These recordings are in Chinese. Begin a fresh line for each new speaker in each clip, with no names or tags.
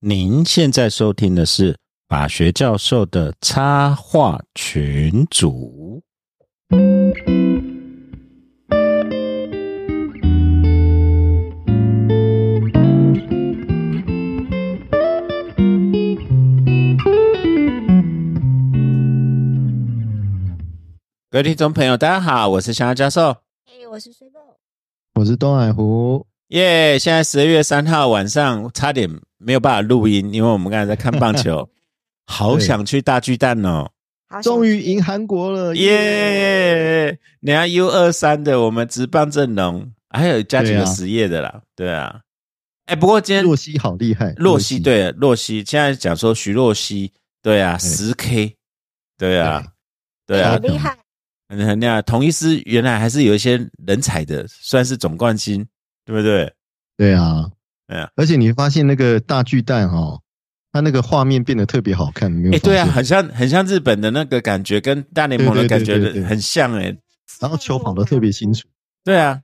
您现在收听的是法学教授的插画群组。各位听众朋友，大家好，我是香香教授。
嘿，哎我是睡梦。
我是东海湖，
耶现在十二月三号晚上差点没有办法录音，因为我们刚才在看棒 球，好
对
想去大巨蛋哦。
好想
终于赢韩国了，
耶！人家 U 二三的我们直棒阵容，还有加几
对
个
啊
实业的啦，对啊。哎，不过今天
洛西好厉害，
洛西，对洛西，现在讲说徐洛西，对啊，
对
十 K，对啊，对啊
好，厉害，
很很厉害。同一师原来还是有一些人才的，算是总冠军，对不对？
对啊，
哎呀，
而且你发现那个大巨蛋哈、哦，它那个画面变得特别好看，你没有
哎，
发现？
对啊，很像很像日本的那个感觉，跟大联盟的
对对
感觉
对对对
很像哎、
然后球跑得特别清楚，
对啊，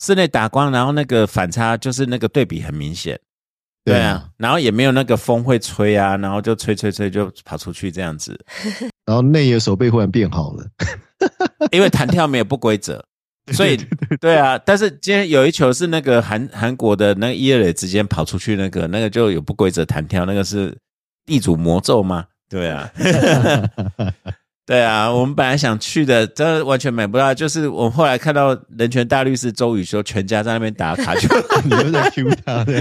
室内打光，然后那个反差就是那个对比很明显。对啊，，然后也没有那个风会吹啊，然后就吹吹吹就跑出去这样子，
然后内野手背忽然变好了，
因为弹跳没有不规则，所以
对对对
对啊。但是今天有一球是那个韩韩国的那个伊尔磊之间跑出去那个，那个就有不规则弹跳，那个是地主魔咒吗？对 啊， 对啊，我们本来想去的，真的完全买不到。就是我们后来看到人权大律师周宇修全家在那边打 卡，就
你又在 Q 他的，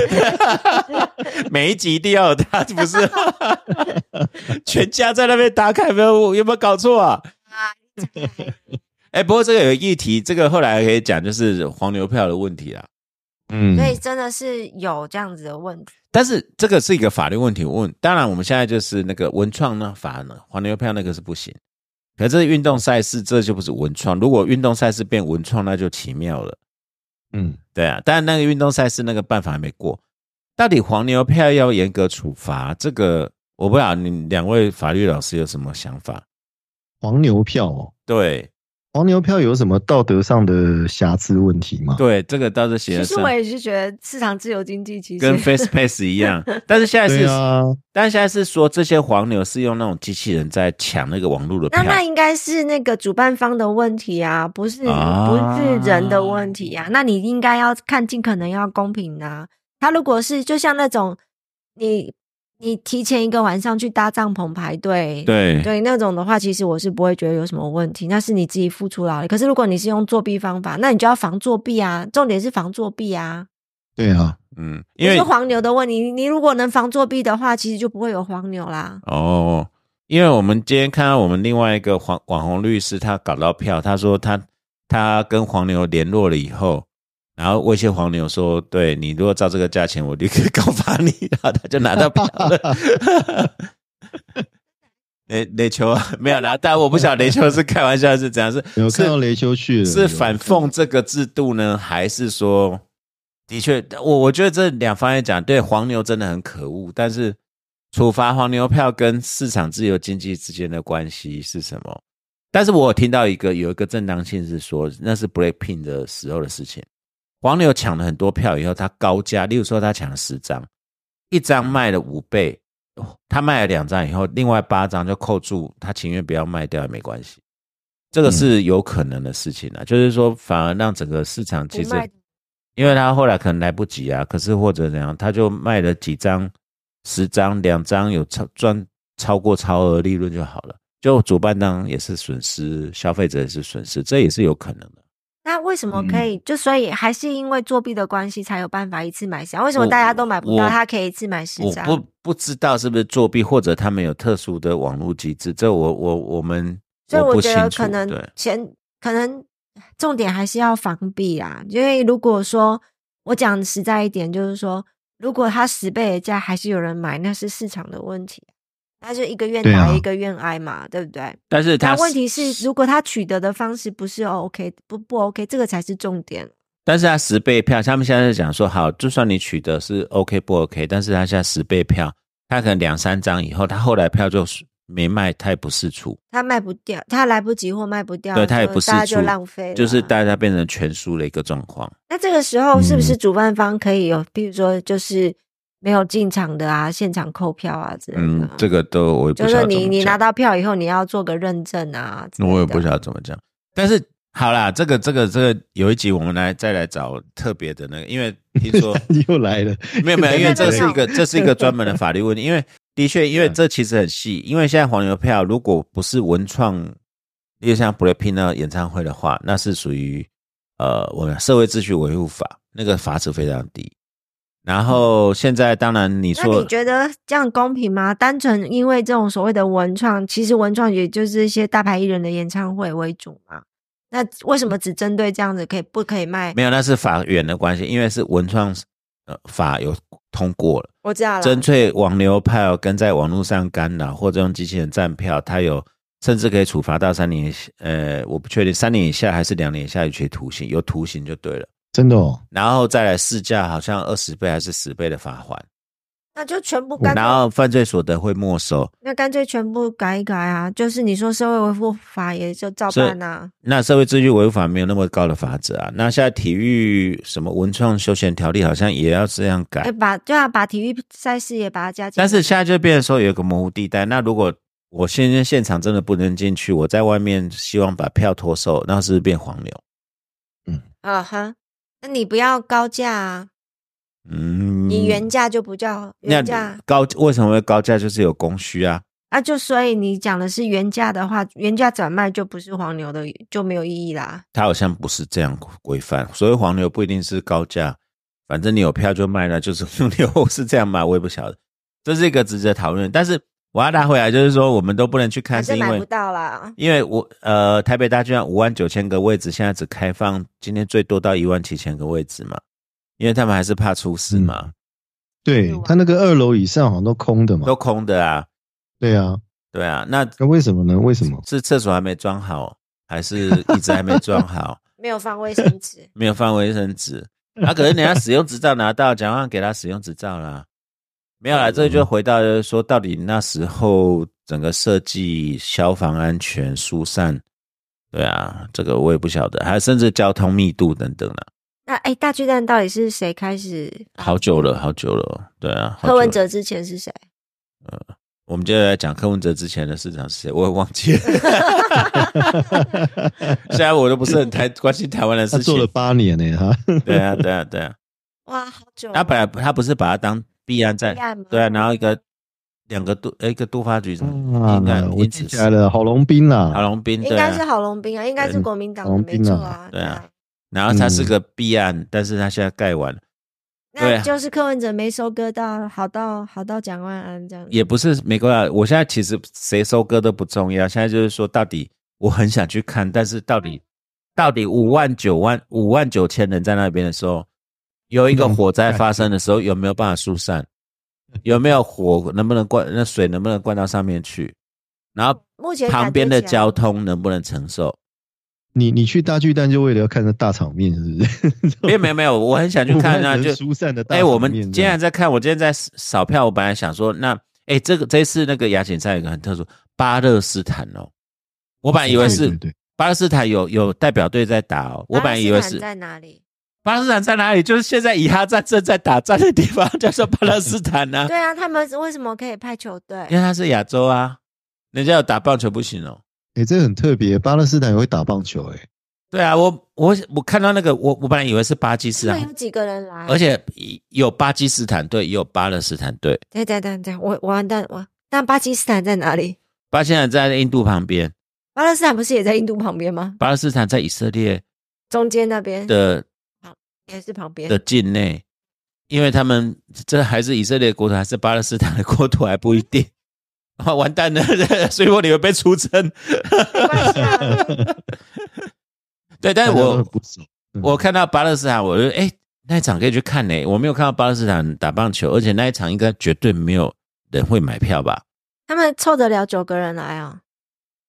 每一集一定要有他，不是？ 全家在那边打卡，有没有有没有搞错啊？ 哎、不过这个有议题，这个后来可以讲，就是黄牛票的问题啦。
嗯
所以真的是有这样子的问题，
但是这个是一个法律问题问，当然我们现在就是那个文创呢法呢，黄牛票那个是不行。可是运动赛事这就不是文创，如果运动赛事变文创，那就奇妙了。
嗯，
对啊，但那个运动赛事那个办法还没过，到底黄牛票要严格处罚这个，我不知道你两位法律老师有什么想法？
黄牛票哦，
对
黄牛票有什么道德上的瑕疵问题吗？
对，这个倒是写
啊
其
的
实
上
我也是觉得市场自由经济 其实
跟 Face Pass 一样，但是现在是
对啊，
但是现在是说这些黄牛是用那种机器人在抢那个网络的票
那，那应该是那个主办方的问题啊，不是、
啊
不是人的问题啊。那你应该要看尽可能要公平啊。他如果是就像那种你你提前一个晚上去搭帐篷排队，
对
对那种的话，其实我是不会觉得有什么问题，那是你自己付出劳力。可是如果你是用作弊方法，那你就要防作弊啊，重点是防作弊啊。
对啊，
嗯，
不
因为
是黄牛的问题，你你如果能防作弊的话，其实就不会有黄牛啦。
哦，因为我们今天看到我们另外一个黄网红律师，他搞到票，他说他他跟黄牛联络了以后，然后威胁黄牛说，对你如果照这个价钱，我立刻告发你，然后他就拿到票了。 雷雷球啊没有啦，但我不晓得雷球是开玩笑是怎样，是
有
是
看到雷修去了，
是反讽这个制度呢，还是说，的确，我我觉得这两方面讲，对黄牛真的很可恶，但是处罚黄牛票跟市场自由经济之间的关系是什么？但是我有听到一个有一个正当性是说，那是 Blackpink 的时候的事情。黄牛抢了很多票以后，他高价，例如说他抢了十张，一张卖了五倍，哦他卖了两张以后，另外八张就扣住，他情愿不要卖掉也没关系。这
嗯
个是有可能的事情啊，就是说反而让整个市场其
不
实
卖
因为他后来可能来不及啊，可是或者怎样，他就卖了几张、十张、两张，有超赚超过超额利润就好了。就主办方也是损失，消费者也是损失，这也是有可能的。
那为什么
嗯
可以？就所以还是因为作弊的关系才有办法一次买十张？为什么
我
大家都买不
我
到，他可以一次买十
我
张？
不不知道是不是作弊，或者他们有特殊的网络机制，这我我我们
所以
我
我
不
觉
清
得
楚。
可能
对，
前可能重点还是要防弊啦，因为如果说我讲实在一点，就是说，如果他十倍的价还是有人买，那是市场的问题，那就一个愿
对啊
打一个愿挨嘛，对不对？
但是他
但问题是，如果他取得的方式不是 OK 不不 OK，这个才是重点。
但是他十倍票，他们现在在讲说，好，就算你取得是 OK 不 OK，但是他现在十倍票，他可能两三张以后，他后来票就是没卖，他也不是出，
他卖不掉，他来不及或卖不掉，
对他也
就
不是
大家就
主
浪费了，
就是大家变成全输的一个状况。
那这个时候是不是
嗯
主办方可以有，比如说就是没有进场的啊，现场扣票啊之类的
嗯
啊、，
这个都我也不
就
晓得
是
怎么
你你
讲
拿到票以后，你要做个认证啊之类的。
我也不晓得怎么讲。但是好啦，这个这个这个有一集我们来再来找特别的那个，因为听说
又来了，
没有没有，因为这
对
是一个这是一个专门的法律问题，因为的确，因为这其实很细，因为现在黄牛票如果不是文创，例如像 Blackpink 那演唱会的话，那是属于呃我们社会秩序维护法，那个罚则非常低。然后现在当然你
那
说
你觉得这样公平吗？单纯因为这种所谓的文创，其实文创也就是一些大牌艺人的演唱会为主嘛。那为什么只针对这样子可以不可以卖？
没有，那是法源的关系，因为是文创呃法有通过了。
我知道了，
针对网流票跟在网络上干扰或者用机器人站票，它有甚至可以处罚到三年以，呃，我不确定三年以下还是两年以下有期徒刑，有徒刑就对了。
真的哦，
然后再来市价好像二十倍还是十倍的罚款，
那就全部干脆
然后犯罪所得会没收。
那干脆全部改一改啊！就是你说社会维护法也就照
所以
办啊。
那社会秩序维护法没有那么高的法则啊。那现在体育什么文创休闲条例好像也要这样改
哎、，把对啊，把体育赛事也把它加进来。啊
但是现在就变成说有一个模糊地带。那如果我现在现场真的不能进去，我在外面希望把票脱售，那是不是变黄牛？
啊哈，那你不要高价啊，
嗯，
你原价就不叫
那
原价
高为什么会高价？就是有供需啊。
啊，就所以你讲的是原价的话，原价转卖就不是黄牛的，就没有意义啦。
它好像不是这样规范，所以黄牛不一定是高价，反正你有票就卖了，就是牛 是这样吗？我也不晓得，这是一个值得讨论。但是我要拉回来，就是说我们都不能去看，
反
是
正
因
买
为
不到啦。
因为我呃，台北大剧院五万九千个位置，现在只开放今天最多到一万七千个位置嘛，因为他们还是怕出事嘛，
对他那个二楼以上好像都空的嘛
都，空的啊，
对啊，
对啊，那
那为什么呢？为什么？
是厕所还没装好，还是椅子还没装好，，
没有放卫生纸
没有放卫生纸？啊，可是人家使用执照拿到，蒋万安给他使用执照啦，没有啦，这就回到就是说，到底那时候整个设计、消防安全、疏散，对啊，这个我也不晓得，还有甚至交通密度等等啦。
那哎、大巨蛋到底是谁开始？
好久了，好久了，对啊。好久了
柯文，哲之前是谁？
我们接下来讲柯文哲之前的市长是谁，我也忘记了。 现在我都不是很台关心台湾的
他
事
做了
情。
八年呢、他
对啊，对啊，对啊。
哇，好久
他本来他不是把他当避案在
立，案吗
对啊，然后一个两个都哎一个都发局什 么，应该
啊，我
嗯一直
记起来了，郝龙斌啦，
郝龙斌
应
对
该是
啊，
郝龙斌啊，应该是国民党
郝
的
龙
没
斌啊
错啊。
对啊，然后他
嗯
是个避案，但是他现在盖完了，对
那
啊
就是柯文哲没收割到，好到好到蒋万安这样。
也不是没关系。我现在其实谁收割都不重要，现在就是说到底我很想去看，但是到底到底五万九万五万九千人在那边的时候，有一个火灾发生的时候，有没有办法疏散？有没有火能不能灌？那水能不能灌到上面去？然后
目前
旁边的交
交通，
通能不能承受？
你你去大巨蛋就为了要看那大场面，是 不是？
没有没有没有，我很想去看那
武汉人
就
疏散的大
哎、
场面
我们今
这
天
样
还在看，我今天在扫票，我本来想说，那哎、这个这次那个亚锦赛有一个很特殊，巴勒斯坦哦，我本来以为
对
是
对对
巴勒斯坦有有代表队在打哦，我本来以为
巴勒斯
是
坦在哪里？
巴勒斯坦在哪里？就是现在以哈战正在打仗的地方叫做巴勒斯坦 呢、
对啊，他们为什么可以派球队
因？为它是亚洲啊，人家有打棒球不行哦。
哎、这很特别，巴勒斯坦也会打棒球、哎，
对啊，我我我看到那个，我我本来以为是巴基斯
他们
坦
有，几个人来？
而，且有巴基斯坦队，也有巴勒斯坦队。
对对对对，我我完蛋我。那巴基斯坦在哪里？
巴基斯坦在印度旁边，
巴勒斯坦不是也在印度旁边吗？
巴勒斯坦在以色列
中间那边
的
嗯也是旁边
的。境内，因为他们这还是以色列国土，还是巴勒斯坦的国土还不一定。 啊，完蛋了！ 所以说你会被出征。
没关系啊
对， 但是
大家都 很
我
不熟，嗯
我看到巴勒斯坦，我就哎、那一场可以去看呢、我没有看到巴勒斯坦打棒球，而且那一场应该绝对没有人会买票吧？
他们凑得了九个人来啊、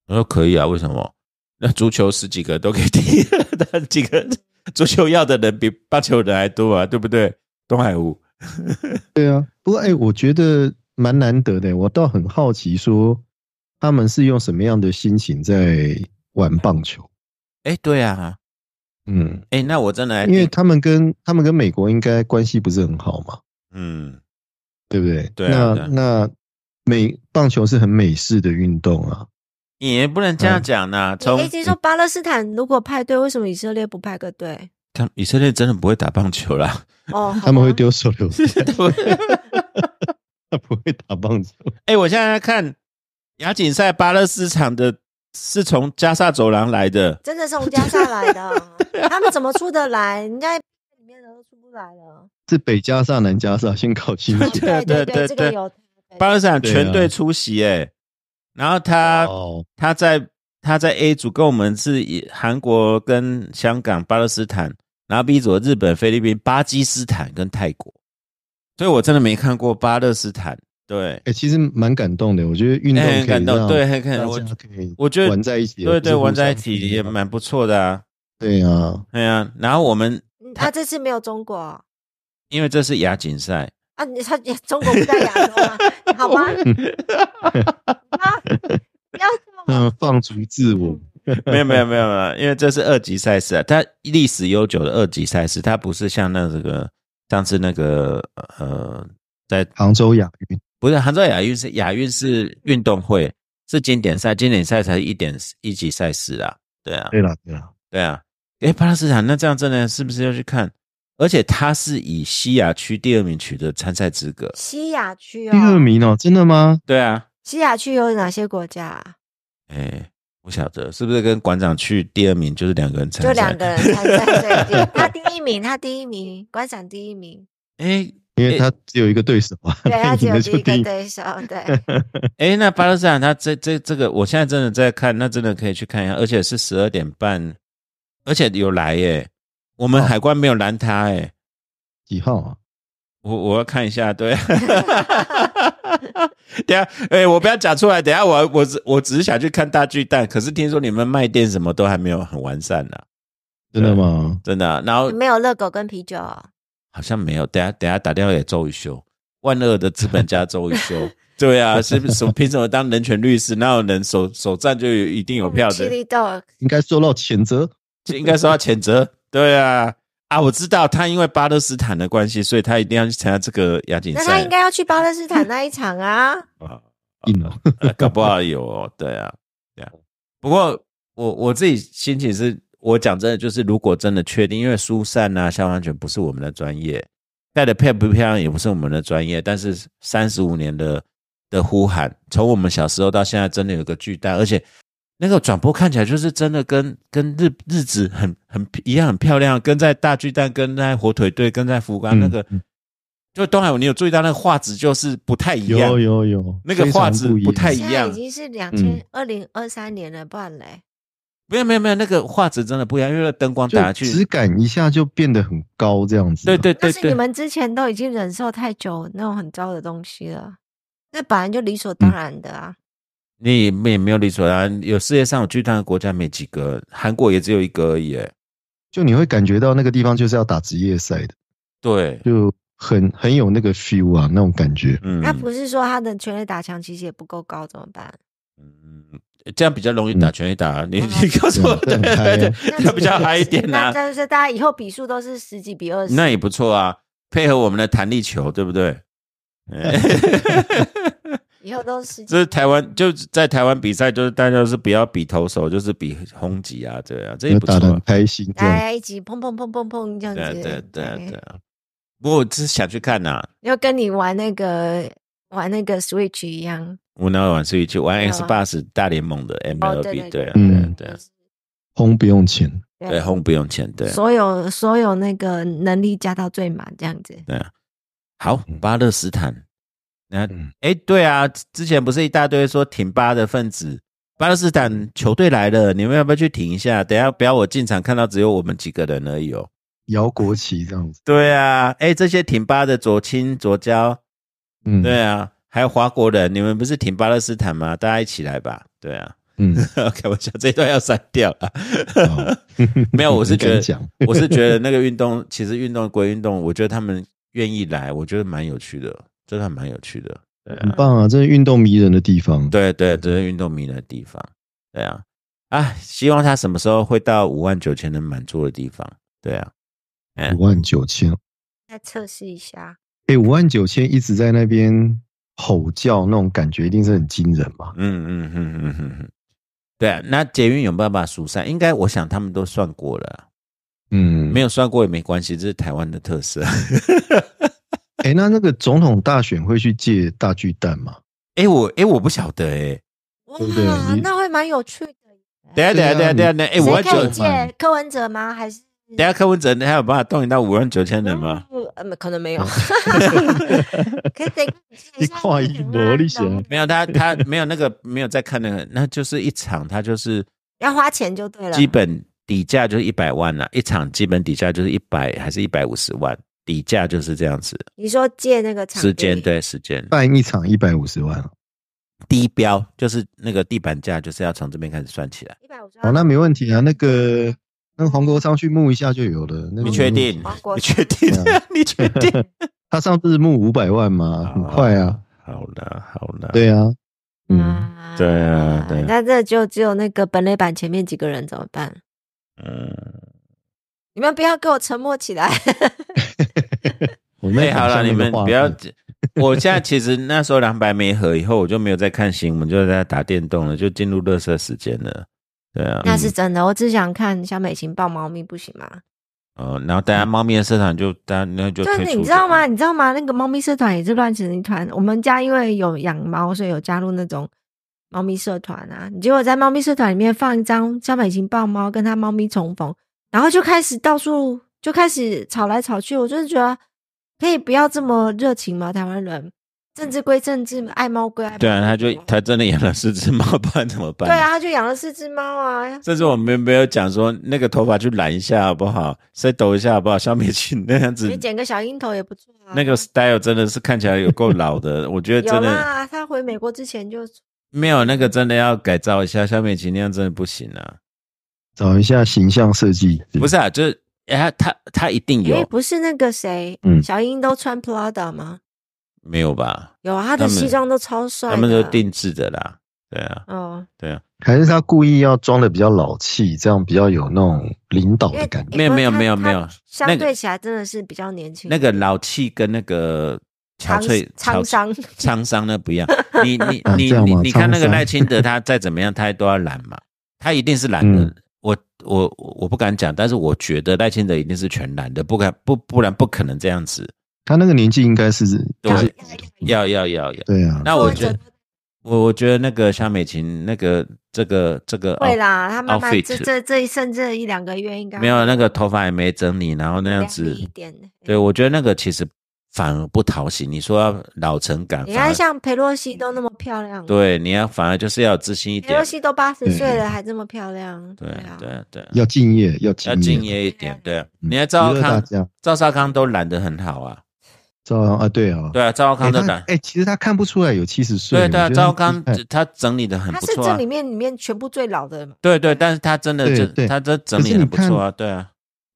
我说可以啊，为什么？那足球十几个都可以踢， 但几个足球要的人比棒球人还多啊，对不对？东海湖，
对啊，不过哎、我觉得蛮难得的、我倒很好奇说他们是用什么样的心情在玩棒球，
哎，对啊，
嗯，
哎，那我真的来
因为
听
他们跟他们跟美国应该关系不是很好嘛，
嗯，
对不对？
对啊对啊
那那美棒球是很美式的运动啊，
也不能这样讲呐、从、嗯
哎，听说巴勒斯坦如果派队，为什么以色列不派个队？
他以色列真的不会打棒球啦，
哦，好
他们会
吧
丢手榴 弹，
对不对？
他不会打棒球。
哎、我现在在看亚锦赛巴勒斯坦的，是从加萨走廊来的，
真的是从加萨来 的，啊他们怎么出得来？人家里面的都出不来了。
是北加萨、南加萨，先搞清楚。
对啊对对
对对对，这个
对
有
巴勒斯坦全
对
队
啊
出席、欸，然后他、
哦，
他在他在 A 组跟我们是以韩国跟香港、巴勒斯坦，然后 B 组有日本、菲律宾、巴基斯坦跟泰国，所以我真的没看过巴勒斯坦，对
哎、，其实蛮感动的。我觉得运动
哎
可
很
以
感动，
让
对，很感
大
动，我
家可以
我觉得
玩在一
对
起，而不是
对，
互
玩在一
相
起
比
也蛮不错的啊，
对啊。
对啊，然后我们
嗯他这次没有中国哦
因为这是亚锦赛，
啊？你他中国不在亚洲吗？好 吧，啊，不要这么
嗯
那放逐自我，
没有没有没有没有，因为这是二级赛事啊，它历史悠久的二级赛事，它不是像那个上次那个呃，在
杭州亚运
不是杭州亚运是亚运是运动会，是经典赛，经典赛才是一点一级赛事啊，对啊
对啦对啦，
对啊，诶，巴勒斯坦那这样真的是不是要去看？而且他是以西亚区第二名取得参赛资格，
西亚区
第二
哦，
名哦，真的吗？
对啊，
西亚区有哪些国家啊？
诶，哎不晓得是不是跟馆长去第二名就是两个人参赛，
就两个人参赛，所以第他第一名，他第一名，观赏第一名，
诶
因为他只有一个对手啊，
对他
他
只
赢
有
了
第
就
一
第
个
一。
对手，对，
哎，那巴勒斯坦他这这这个，我现在真的在看，那真的可以去看一下，而且是十二点半，而且有来耶，我们
哦
海关没有拦他哎，
几号啊？
我我要看一下，对， 等一下，哎，我不要讲出来，等一下我我只我只是想去看大巨蛋，可是听说你们卖店什么都还没有很完善呢、
真的吗？
真的啊、然后
没有热狗跟啤酒哦，
好像没有，等一下等一下打电话给周宇 修，万恶的资本家周宇修。对啊，是不 是凭什么当人权律师？哪有人手手站就有一定有 票
七
的？
力豆，
应该受到谴责。
就应该说要谴责。对啊，啊，我知道他因为巴勒斯坦的关系，所以他一定要去参加这个亚锦
那他
赛
应。该要去巴勒斯坦那一场啊。
啊，
硬了，
呃搞不好有哦。对啊，对啊。不过我我自己心情是，我讲真的，就是如果真的确定，因为疏散啊、消防安全不是我们的专业，带的漂不漂亮也不是我们的专业，但是三十五年的的呼喊，从我们小时候到现在，真的有个巨蛋，而且。那个转播看起来就是真的跟跟日日子很很一样很漂亮，跟在大巨蛋、跟在火腿队、跟在福冈、
嗯
那个，
嗯
就东海，你有注意到那个画质就是不太一样，
有有有，
那个
非常
画质
不一
不
样
太一
现在
样
已经是两
嗯
千二零二三年了，不然嘞，
没有没有没有，那个画质真的不一样，因为那灯光打下
就质
去，
感一下就变得很高，这样子。
对对对
但是
对
你，们之前都已经忍受太久那种很糟的东西了，那本来就理所
嗯
当然的啊。
你也没也没有理所当然，有世界上有巨蛋的国家没几个，韩国也只有一个而已哎耶。
就你会感觉到那个地方就是要打职业赛的，
对，
就很很有那个 feel 啊，那种感觉。
嗯
那，不是说他的全垒打墙其实也不够高，怎么办？
嗯这样比较容易打拳击打，
嗯
你你告诉我，对
对
对
很嗨啊
对，
那
这样比较 嗨一点
那
呐，
但是大家以后比数都是十几比二十，
那也不错啊，配合我们的弹力球，对不对？哎
以后都十几。
这是台湾，就是在台湾比赛，就是大家是不要比投手，就是比轰击啊，对啊，这也
然
不
后
错
打
啊。
得很开心，这
大
样
家一起砰砰砰砰砰这样
对啊
子，
对啊对啊对啊。不过我只是想去看呐、
要跟你玩那个玩那个 Switch 一样，
无脑玩是一去玩
对啊
Xbox 大联盟的
哦对
MLB，
对
对啊，对啊
嗯
对啊，
轰不用钱。
对轰不用钱，对啊。
所有所有那个能力加到最满这样子。
好，巴勒斯坦，那
嗯
哎，对啊，之前不是一大堆说挺巴的分子，巴勒斯
嗯
坦球队来了，你们要不要去挺一下？等一下不要我进场看到只有我们几个人而已哦。
摇国旗这样子，
对啊，哎，这些挺巴的左倾左交，
嗯，
对啊，还有华国人，你们不是挺巴勒斯坦吗？大家一起来吧，对啊。
嗯，
开玩笑，这一段要删掉了。
好
没有，我是觉
你
得
敢讲，
我是觉得那个运动，其实运动归运动，我觉得他们愿意来，我觉得蛮有趣的，真的蛮有趣的。对
很
啊，
棒啊，这是运动迷人的地方。
对对，这是运动迷的地方。对啊，啊，希望他什么时候会到五万九千人满座的地方。对啊，
五万九千，
再测试一下，
哎，五万九千一直在那边吼叫，那种感觉一定是很惊人嘛。
嗯嗯嗯嗯嗯嗯，对啊，那捷运有没有办法疏散？应该我想他们都算过了，啊
嗯，
没有算过也没关系，这是台湾的特色。
哎，那那个总统大选会去借大巨蛋吗？
哎，我哎我不晓得哎，
哇
对不对你
那会蛮有趣的。
等一下等一下等一下等一下，等一下哎，五万
啊谁可以
九，
借柯文哲吗？还是
等一下柯文哲他有办法动员到五万九千人吗？哦
不？呃，可能没有。 可以等
你看一模你想
没有，他他没有那个没有在看那个，那就是一场，他就是
要花钱就对了。
基本底价就是一百万啦、一场基本底价就是一百还是一百五十万，底价就是这样子。
你说借那个场地
时间，对时间，
办一场一百五十万啊
低标就是那个地板价，就是要从这边开始算起来。
一百五十
哦，那没问题啊。那个那个黄国昌去募一下就有了。那个
你确定
王国？啊
你确定
对？
嗯
你确定？
他上次募五百万嘛，很快啊。
好了好了，
对啊，嗯，
啊
对啊对啊
那这就只有那个本垒板前面几个人怎么办？
嗯，
你们不要给我沉默起来。
我
哎、
那
好了，
想象
你
那个
们
画
不要
面。
我现在其实那时候两百没合以后，我就没有再看新闻，就在打电动了，就进入热射时间了。对啊，
那是真的，我只想看小美琴抱猫咪，不行吗？
嗯、呃然后大家猫咪的市场就大家那就
对，啊
退出
你知道
了
吗？？你知道吗？那个猫咪社团也是乱成一团。我们家因为有养猫，所以有加入那种猫咪社团啊。结果在猫咪社团里面放一张小美琴抱猫跟她猫咪重逢，然后就开始到处就开始吵来吵去。我就是觉得可以不要这么热情吗？台湾人政治归政治，爱猫归爱猫。
对啊，他就他真的养了四只猫， 不然怎么办？
对啊，，他就养了四只猫啊。
甚至我们没有讲说那个头发去染一下好不好，再抖一下好不好？消灭菌那样
你
子，
剪个小樱头也不错啊。
那个 style 真的是看起来有够老的，我觉得
有
真的
啦，他回美国之前就
没有那个真的要改造一下，消灭菌那样真的不行啊！
找一下形象设计师，
不是啊，就是哎他他他一定
哎、
有
嗯不是那个谁，
嗯
小樱都穿 Prada 吗？
没有吧？
有啊，她的
他们
西装都超帅的。
他们都定制的啦，对啊，
哦，
对啊，
还是他故意要装的比较老气，这样比较有那种领导
因
的
为
感觉。
没有
诶不
没有
她
没有没
她
有那
相
个
对起来真的是比较年轻。
那个老气跟那个憔
沧
悴憔悴
沧桑，
沧桑那 不一样。你你
啊
你
这样
你
吗
你看那个
沧桑
赖清德，他再怎么样，他都要懒嘛，他一定是懒的。
嗯
我我我我不敢讲，但是我觉得赖清德一定是全懒的，不敢不不然不可能这样子。
他那个年纪应该是 就是
嗯
要要要要。
对啊，
那我觉
觉
得，我我觉得那个夏美琴那个这个这个 哦
会啦，她慢慢
outfit
这这这一甚至一两个月应该
没有那个头发也没整理，然后那样
靓
子
丽一，点。
对我觉得那个其实反而不讨喜。你说要老成感，
你
反而
看像裴洛西都那么漂亮，，
对你要反而就是要有自信一
裴
点嗯
洛，西都八十
对
岁了还这么漂亮，
对
啊，
对对。
要敬业，要
要
敬
敬
业，
业一点，对啊。
嗯
你看赵
娱
少
乐大
康，
家
赵少康都懒得很好啊，
照样啊，对啊，
对啊，赵少康
哎
都
他
懒，
哎，其实他看不出来有七十岁，
对对啊，
我觉得
赵少康
哎
他整理的很
她
不
是
错
这
啊嗯
里，面里面全部最老的嘛。
对对，但是他真的
对
就
对
他这整理得很不错啊，对啊，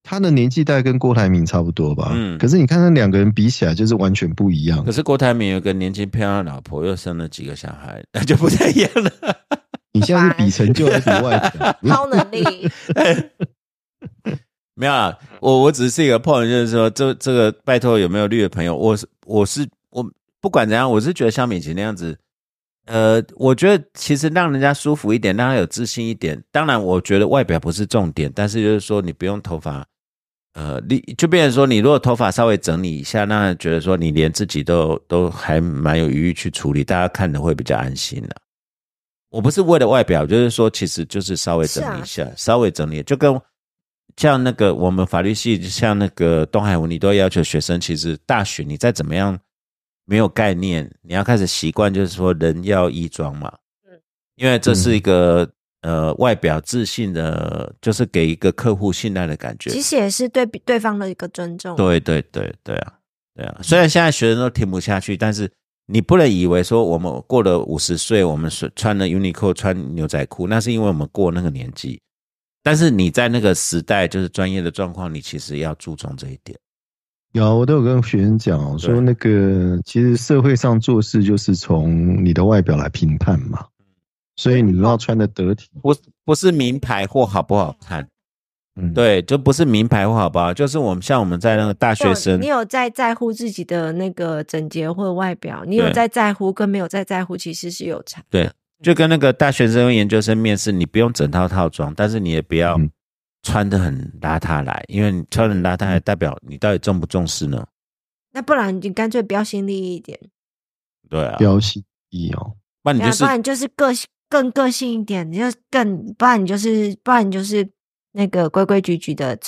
他的年纪大概跟郭台铭差不多吧，
嗯
可是你看那两个人比起来，就是完全不一样
可。是郭台铭有个年轻漂亮的老婆，又生了几个小孩，那就不太一样了。
你现在是比成 就还是比外表？
超能 力，
没有啊，我我只是一个 point，就是说这这个拜托有没有绿的朋友，我是我是我不管怎样，我是觉得肖美琴那样子，呃，我觉得其实让人家舒服一点，让他有自信一点。当然，我觉得外表不是重点，但是就是说你不用头发，呃，你就变成说你如果头发稍微整理一下，让人觉得说你连自己都都还蛮有余裕去处理，大家看的会比较安心的、我不是为了外表，就是说，其实就是稍微整理一
是
下，
啊是
稍微整理，就跟像那个我们法律系，像那个东海文，你都要求学生，其实大学你再怎么样没有概念，你要开始习惯，就是说人要衣装嘛，
嗯
因为这是一个、呃外表自信的，就是给一个客户信赖的感觉。
其实也是对比对方的一个尊重。
对对对对啊，对啊。虽然现在学生都听不下去，但是你不能以为说我们过了五十岁，我们是穿了 Uniqlo 穿牛仔裤，那是因为我们过那个年纪。但是你在那个时代，就是专业的状况，你其实要注重这一点。
有啊，我都有跟学生讲，我说
对
那个其实社会上做事就是从你的外表来评判嘛，所以你要穿的得体。
不不是名牌或好不好看，
嗯，，
对，就不是名牌或好不好，就是我们像我们在那个大学生
你，有在在乎自己的那个整洁或外表，你有
对
在在乎跟没有在在乎其实是有差。
对，就跟那个大学生、研究生面试，你不用整套套装，但是你也不要
嗯
穿的很邋遢来，因为你穿的邋遢，还代表你到底重不重视呢？
那不然你干脆标新立异一点，
对啊，
标新立异哦，
不然你
对啊
就是
不然就是个性更个性一点，你就更不然你就是不然你就是那个规规矩矩的，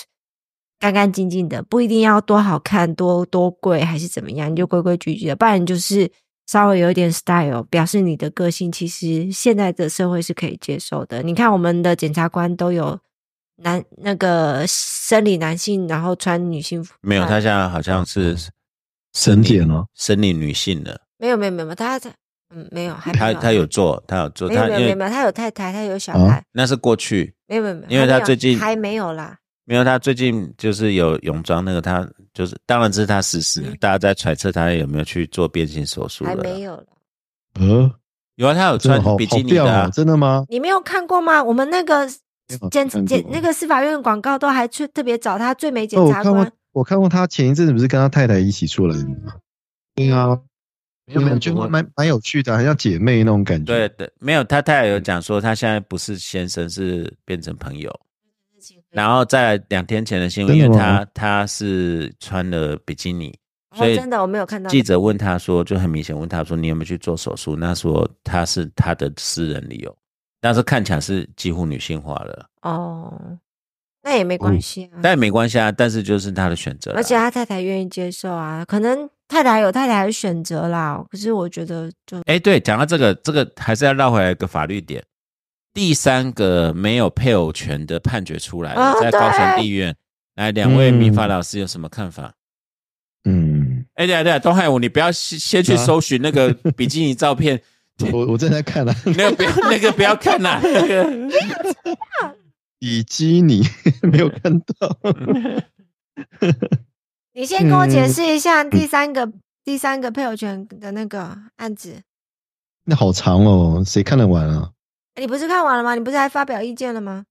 干干净净的，不一定要多好看多多贵还是怎么样，你就规规矩矩的，不然你就是稍微有一点 style，表示你的个性其实现在的社会是可以接受的。你看我们的检察官都有。男那个生理男性，然后穿女性服，
没有，
啊
他现在好像是
哦省点哦，
生理女性的，
没有没有没有，他在嗯没有，还没
他他有做，他有做，
没有
他
没有
因
没
为
有没有，他有太太，他有小
啊
孩，
那是过去，
没有没有没有，
因为
还没
他
有
最近
还没有啦。
没有他最近就是有泳装那个，他就是当然这是他实施的，大家在揣测他有没有去做变性手术
嗯还
了
没
啦。
有了。
呃，
有啊，他有
真的
穿
好
比
好
基尼的
掉
啊
哦，，真的吗？
你没有看过吗？我们那个
没有
检
看
检
过啊
那个司法院广告都还去特别找他最美检
哦，我
察
看
官，
过，我看过他前一阵子不是跟他太太一起出来的吗？对啊，没
有没有
就
我
蛮蛮有趣的，啊很像姐妹那种感觉。
对，对，没有他太太有讲说他现在不是先生，是变成朋
嗯
友。然后在两天前的新闻，
真
因
的
为他
吗
他是穿了比基尼，
哦
所以
真的我没有看到
记者问他说，就很明显问他说你有没有去做手术？那说他是他的私人理由，但是看起来是几乎女性化了，
哦，那也没
哦
关系啊。
但也没关系啊。但是就是他的选择啦，
而且他太太愿意接受啊，可能太太有太太的选择啦。可是我觉得就
哎，对，讲到这个，这个还是要绕回来一个法律点。第三个没有配偶权的判决出来了，
啊
在高雄
对
地院。来，两位
嗯
民法老师有什么看法？
嗯，
哎、对啊对啊，东海武，你不要先先去
啊
搜寻那个比基尼照片，
我我正在看啊，
那个不要那个不要看啦、那个
比基尼 没有看到，
你先跟我解
嗯
释一下第三个、第三个配偶权的那个案子。
那好长哦，谁看得完啊？
哎你不是看完了吗？你不是还发表意见了吗？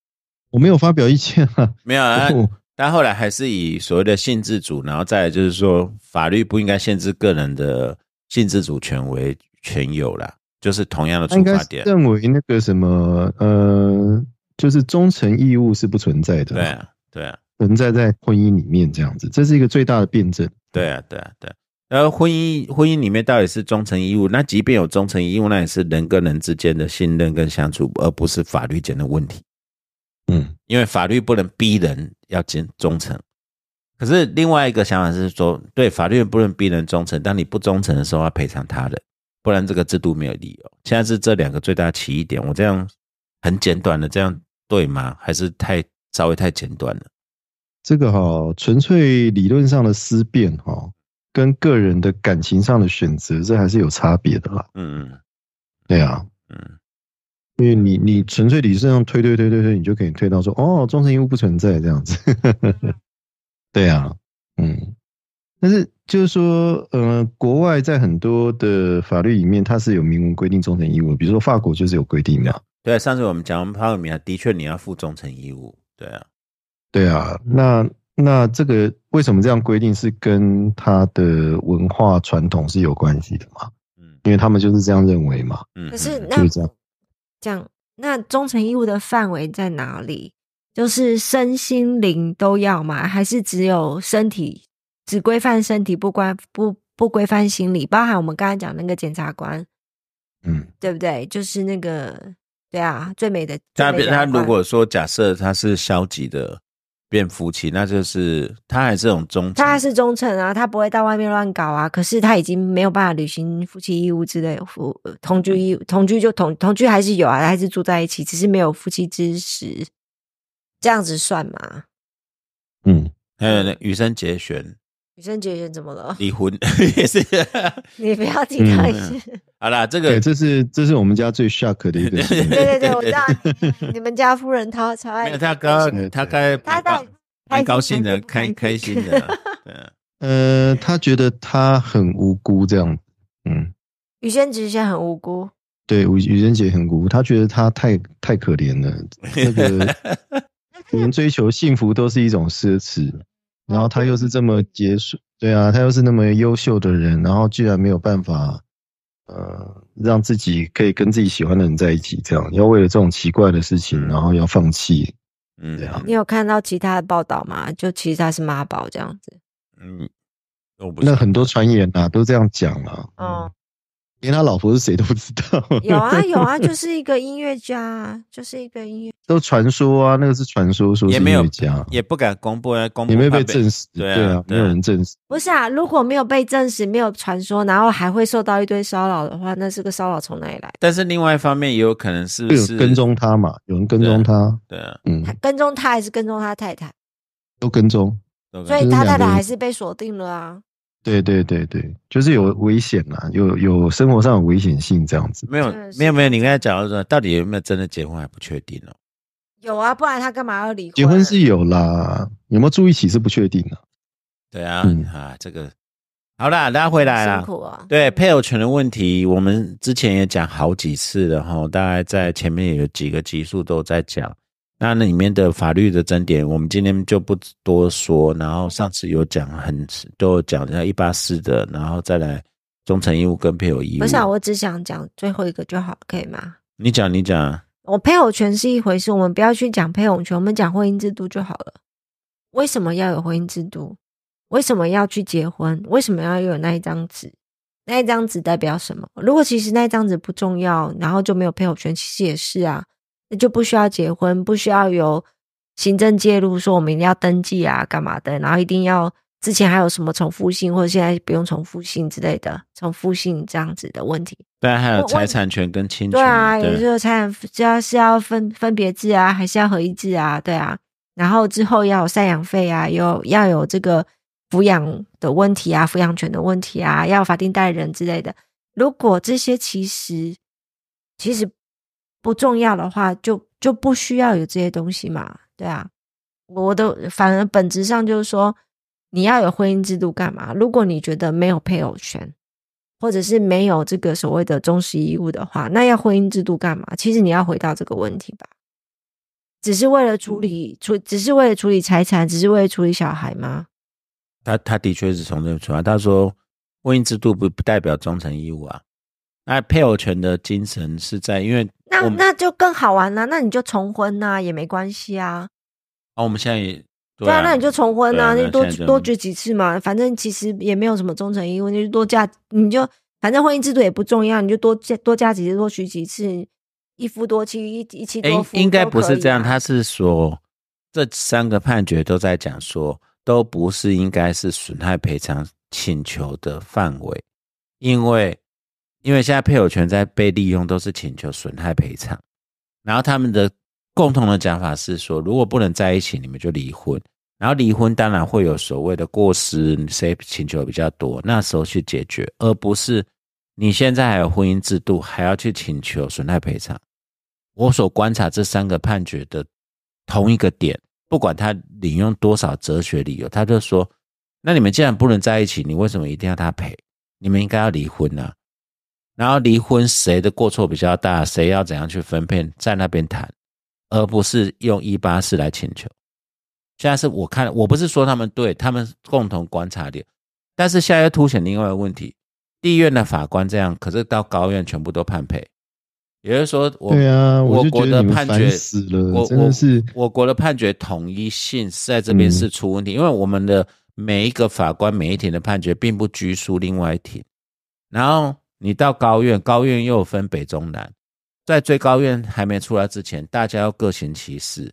我没有发表意见啊，
没有啊。
我
但后来还是以所谓的性自主，然后再来就是说，法律不应该限制个人的性自主权为权有啦，就是同样的
他应
出
该
发
是
点。
认为那个什么呃，就是忠诚义务是不存在的，
对啊，对啊。
存在在婚姻里面这样子，这是一个最大的辩证。
对啊，对啊，对啊。然后婚姻婚姻里面到底是忠诚义务？那即便有忠诚义务，那也是人跟人之间的信任跟相处，而不是法律间的问题。
嗯，
因为法律不能逼人要坚忠诚。可是另外一个想法是说，对法律不能逼人忠诚，当你不忠诚的时候要赔偿他人，不然这个制度没有理由。现在是这两个最大的歧义点。我这样很简短的这样对吗？还是太稍微太简短了？
这个哈、纯粹理论上的思辨哈、跟个人的感情上的选择，这还是有差别的啦。
嗯嗯
对啊，
嗯，
因为你你纯粹理论上推推推推推，你就可以推到说，哦，忠诚义务不存在这样子。 对啊，嗯，但是就是说，呃，国外在很多的法律里面，它是有明文规定忠诚义务的，比如说法国就是有规定嘛。
对。啊上次我们讲我们潘伟明啊，的确你要负忠诚义务，对啊。
对啊，那那这个为什么这样规定是跟他的文化传统是有关系的嘛？
嗯
因为他们就是这样认为嘛。
嗯，
可是
嗯
那
就是这样
这样那忠诚义务的范围在哪里？就是身心灵都要吗？还是只有身体只规范身体，不关不不规范心理？包含我们刚才讲那个检察官，
嗯，
对不对？就是那个对啊，最美的。
他
最美的
他
法官
如果说假设他是消极的变夫妻，那就是他还是种忠诚，
他还是忠诚啊，他不会到外面乱搞啊。可是他已经没有办法履行夫妻义务之类，夫呃同居义务同居就同同居还是有啊，还是住在一起，只是没有夫妻之实，这样子算吗？
嗯，
还有那羽生结弦
女生觉得怎么了？
离婚 也是。
你不要提他
嗯
一次。
好啦，这
对，
个
哎这是这是我们家最 shock 的一个新闻。
对对对，我知道你你们家夫人超超
没
爱
有他刚
对
他该
哎他到底
蛮高兴的，
开
开
心还
开心
是不开心
的 啊，对 啊
呃，他觉得他很无辜这样。嗯，
宇轩直轩很无辜，
对，吴宇珍姐很无辜，他觉得他太太可怜了。那个你们追求幸福都是一种奢侈，然后他又是这么结束，对啊，他又是那么优秀的人，然后居然没有办法，呃，让自己可以跟自己喜欢的人在一起，这样要为了这种奇怪的事情，然后要放弃，
嗯
对啊
你有看到其他的报道吗？就其实他是妈宝这样子。
嗯，我不
那
是
很多传言啊都这样讲啊，
哦，
连他老婆是谁都不知道，
有啊有啊，就是一个音乐家啊，就是一个音乐。
都传说啊，那个是传说，说是
也
音
没有
乐家，
也不敢公布，啊公布
也没有被
怕
证实，
对啊
啊，没
对啊
有人证实，
不是啊，如果没有被证实，没有传说，然后还会受到一堆骚扰的话，那这个骚扰从哪里来？
但是另外一方面也有可能是
有
是
人跟踪他嘛，有人跟踪他，
对啊，
嗯，
他跟踪他还是跟踪他太太？
都跟踪。
都可
所
能
以他太
就是两个
太
人
还是被锁定了啊。
对对对对，就是有危险啦，有有生活上有危险性这样子。
没有
真的是
没有没有，你刚才讲到说，到底有没有真的结婚还不确定哦。
有啊，不然他干嘛要离婚？
结婚是有啦，有没有住一起是不确定的、
对啊，
嗯
啊，这个好啦，拉回来啦
辛。苦 啊。
对配偶权的问题，我们之前也讲好几次了哈，大概在前面也有几个集数都在讲。那那里面的法律的争点，我们今天就不多说。然后上次有讲很都有讲像一八四的，然后再来忠诚义务跟配偶义务。
不是啊，我只想讲最后一个就好，可以吗？
你讲你讲啊，
我配偶权是一回事，我们不要去讲配偶权，我们讲婚姻制度就好了。为什么要有婚姻制度？为什么要去结婚？为什么要有那一张纸？那一张纸代表什么？如果其实那一张纸不重要，然后就没有配偶权，其实也是啊，那就不需要结婚，不需要有行政介入，说我们一定要登记啊，干嘛的，然后一定要之前还有什么重复性，或者现在不用重复性之类的，重复性这样子的问题。
当然还有
我
财产权跟侵权，
对啊，也
对
就是财产只要是要分分别制啊，还是要合一制啊，对啊。然后之后要有赡养费啊，有要有这个抚养的问题啊，抚养权的问题啊，要有法定代理人之类的。如果这些其实其实不重要的话，就就不需要有这些东西嘛，对啊。我的反而本质上就是说，你要有婚姻制度干嘛？如果你觉得没有配偶权，或者是没有这个所谓的忠实义务的话，那要婚姻制度干嘛？其实你要回到这个问题吧，只是为了处
嗯
理处，只是为了处理财产，只是为了处理小孩吗？
他他的确是从这出发，他说婚姻制度不不代表忠诚义务啊。那配偶权的精神是在，因为
那
我们
那就更好玩啦、那你就重婚呐、也没关系啊。
啊，我们现在也对
对啊，那你就重婚
对啊
啊，
那
你多
现在就
多举几次嘛，反正其实也没有什么忠诚义务，你就多嫁，你就反正婚姻制度也不重要，你就多嫁多嫁几次，多娶几次，一夫多妻，一一妻多
应
夫、
应该不是这样，
都可以啊
他是说这三个判决都在讲说，都不是应该是损害赔偿请求的范围，因为因为现在配偶权在被利用，都是请求损害赔偿。然后他们的共同的讲法是说，如果不能在一起，你们就离婚。然后离婚当然会有所谓的过失，谁请求比较多，那时候去解决，而不是你现在还有婚姻制度，还要去请求损害赔偿。我所观察这三个判决的同一个点，不管他引用多少哲学理由，他就说：那你们既然不能在一起，你为什么一定要他赔？你们应该要离婚啊！然后离婚谁的过错比较大，谁要怎样去分配，在那边谈，而不是用一八四来请求。现在是我看，我不是说他们对，他们共同观察点，但是现在又凸显另外一个问题：地院的法官这样，可是到高院全部都判赔，也就是说我，
对啊，
我
就
国的
觉得你们
判决
烦死了，
我
真的是
我我国的判决统一性是在这边
嗯
是出问题，因为我们的每一个法官每一庭的判决并不拘束另外一庭，然后你到高院，高院又有分北中南，在最高院还没出来之前，大家要各行其事。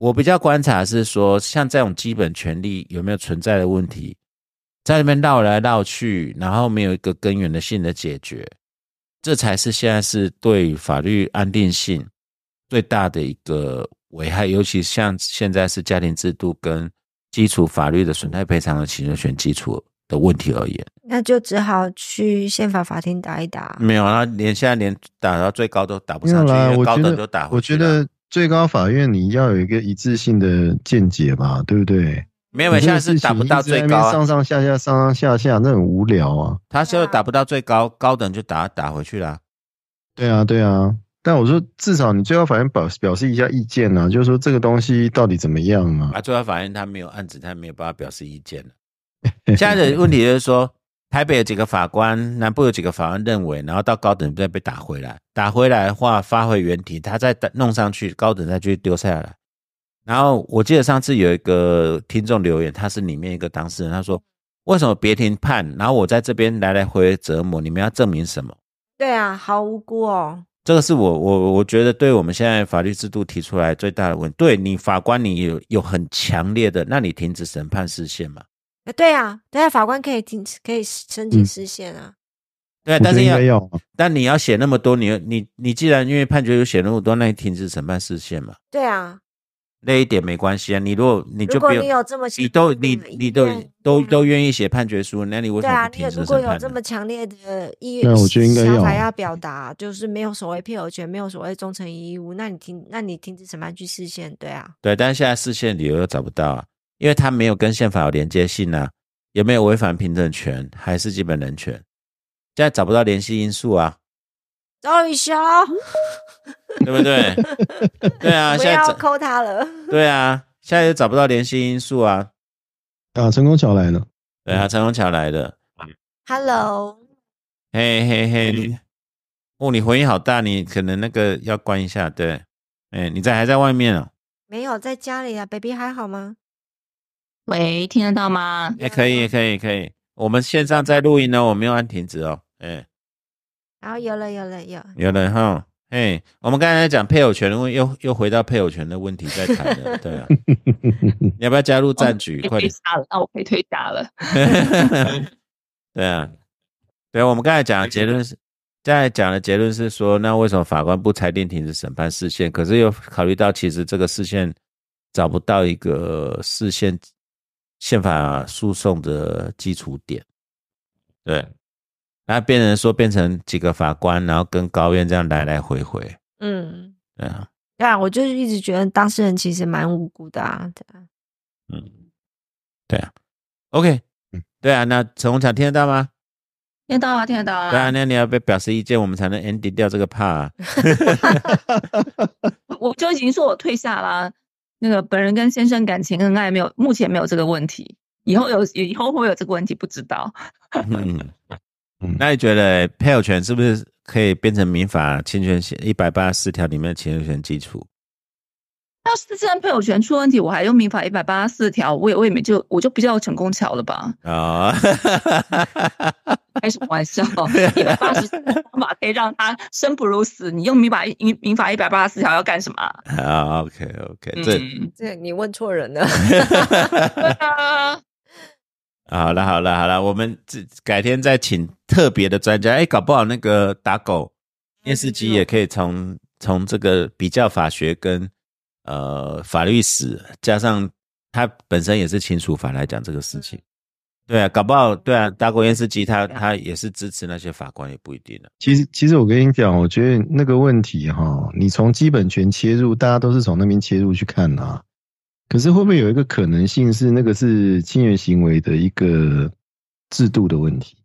我比较观察是说，像这种基本权利有没有存在的问题，在那边绕来绕去，然后没有一个根源的性的解决，这才是现在是对法律安定性最大的一个危害。尤其像现在是家庭制度跟基础法律的损害赔偿的请求权基础的问题而言，
那就只好去宪法法庭打一打。
没有啊，连现在连打到最高都打不
没有
上去，
啦
因，为
我
高
觉
等就
得
打
我
回去
觉
了。
得最高法院你要有一个一致性的见解吧，对不对？
没有，没有
你这
现
个
在是
事
打
情
不
一
到
直在
最
那
高、
边
啊
上，上下下上上下下，那很无聊啊。
他现在打不到最高，高等就打打回去了啊。
对啊，对啊。但我说至少你最高法院表表示一下意见呐、就是说这个东西到底怎么样啊？
啊，最高法院他没有案子，他没有办法表示意见了。现在的问题就是说，台北有几个法官，南部有几个法官认为，然后到高等再被打回来，打回来的话发回原题，他再打弄上去，高等再去丢下来。然后我记得上次有一个听众留言，他是里面一个当事人，他说为什么别庭判，然后我在这边来来回回折磨，你们要证明什么？
对啊，好无辜哦。
这个是我我我觉得对我们现在法律制度提出来最大的问题。对你法官，你有有很强烈的，那你停止审判视线嘛？
呃对啊，对啊，法官可以停，可以申请
嗯
释宪啊。
对啊，
我觉
但
得
是
应
要
该要啊
但你要写那么多，你你你既然因为判决有写那么多，那你停止审判视线嘛，
对啊，
那一点没关系啊。你如果你就
如
不
果
用
你，有这么强
你都
烈
你
的意
你都
愿
都
对啊
都愿意写判决书，那你为什
对
么
啊，
不
你
停
有
止
如果
审
有
判
这
呢
么？强烈的意
那我觉得应该
想
要
法
啊
要表达，就是没有所谓配偶权，没有所谓忠诚义务，那你停，那你停止审判去释宪，对啊，
对，但是现在视线理由又找不到啊，因为它没有跟宪法有连接性啊，也没有违反平等权还是基本人权，现在找不到联系因素啊，
周宇修，
对不对？对嗯 啊，
不
现在
要
找
扣他了。
对啊，现在又找不到联系因素啊，
啊！成功桥来了，
对啊，陈宏桥来的。
Hello，
嘿嘿嘿，哦，你回音好大，你可能那个要关一下，对，哎、你在还在外面哦，
没有在家里啊，baby 还好吗？
喂，听得到吗？
哎、可以可以可以，我们线上在录音呢，我没有按停止哦，哎、
然后有了有了有，
有了哈，哎，我们刚才在讲配偶权的问，又又回到配偶权的问题在谈了，对啊，你要不要加入战局？
被
快
推
点，
下了，哦那我被推下了。
对啊，对啊，我们刚才讲的结论是，刚才讲的结论是说，那为什么法官不裁定停止审判视线？可是又考虑到，其实这个视线找不到一个视线宪法诉讼的基础点，对，那变成说变成几个法官，然后跟高院这样来来回回，
嗯，
对啊，
对啊，我就是一直觉得当事人其实蛮无辜的啊，对啊
嗯，对啊，OK，
嗯
对啊，那陈宏强听得到吗？
听得到啊，听得到啊。
对啊，那你要被表示意见，我们才能 ending 掉这个 part 啊、
我就已经说我退下啦。那个本人跟先生感情恩爱没有，目前没有这个问题。以后有，以后会不会有这个问题不知道。
嗯
嗯，
那你觉得配偶权是不是可以变成民法侵权一百八十四条里面的侵权权基础？
要是自然配偶权出问题，我还用民法一百八十四条，我也我也没就我就不叫成功桥了吧？
啊、
开什么玩笑？一百八十四条方法可以让他生不如死，你用民法民民法一百八十四条要干什么啊？
好 o k OK，这、
嗯，
这你问错人了。
嗯
对啊，
好了好了好了，我们这改天再请特别的专家。哎，搞不好那个打狗电视
哎
机也可以从从这个比较法学跟呃法律史，加上它本身也是亲属法来讲这个事情。
嗯
对啊，搞不好对啊，打狗电视机他他也是支持那些法官，也不一定的。啊
其
嗯
实，其实我跟你讲，我觉得那个问题哈，你从基本权切入，大家都是从那边切入去看啊。可是会不会有一个可能性是，那个是侵权行为的一个制度的问题？
嗯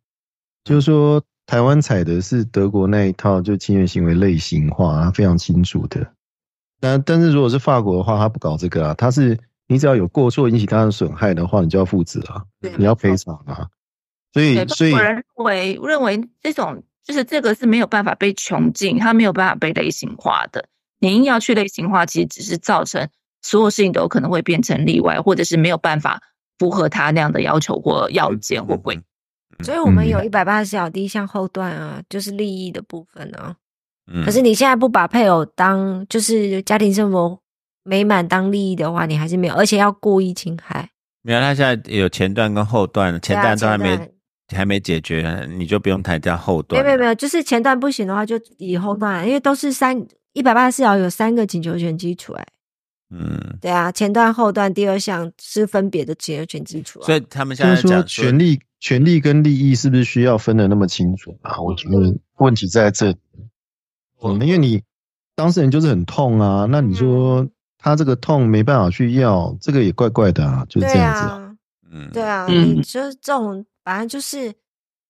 就是说，台湾采的是德国那一套，就侵权行为类型化，它非常清楚的。那但是如果是法国的话，它不搞这个啊，它是你只要有过错引起他的损害的话，你就要负责啊，你要赔偿啊。所以
对，，
所以
有人认为认为这种就是这个是没有办法被穷尽，它没有办法被类型化的。你硬要去类型化，其实只是造成所有事情都有可能会变成例外，或者是没有办法符合他那样的要求或
嗯
要件或规。
所以我们
嗯
有一百八十条第一项后段啊，就是利益的部分啊。
嗯
可是你现在不把配偶当就是家庭生活美满当利益的话，你还是没有，而且要故意侵害。
没有，他现在有前段跟后段，前段都还没、
啊前段
还没解决，你就不用谈掉后
没
段了。
有没
啊
有没有，就是前段不行的话，就以后段，因为都是三一百八十四条有三个请求权基础、哎，
嗯，
对啊，前段后段第二项是分别的请求权基础、啊，
所以他们现
就
在
是说
讲
权利、权利跟利益是不是需要分得那么清楚啊？我觉得问题在这里。嗯，因为你当事人就是很痛啊，那你说他这个痛没办法去要，这个也怪怪的啊，就是
对
这样子啊。
啊，
嗯，
对啊，
嗯
你就是这种，反正就是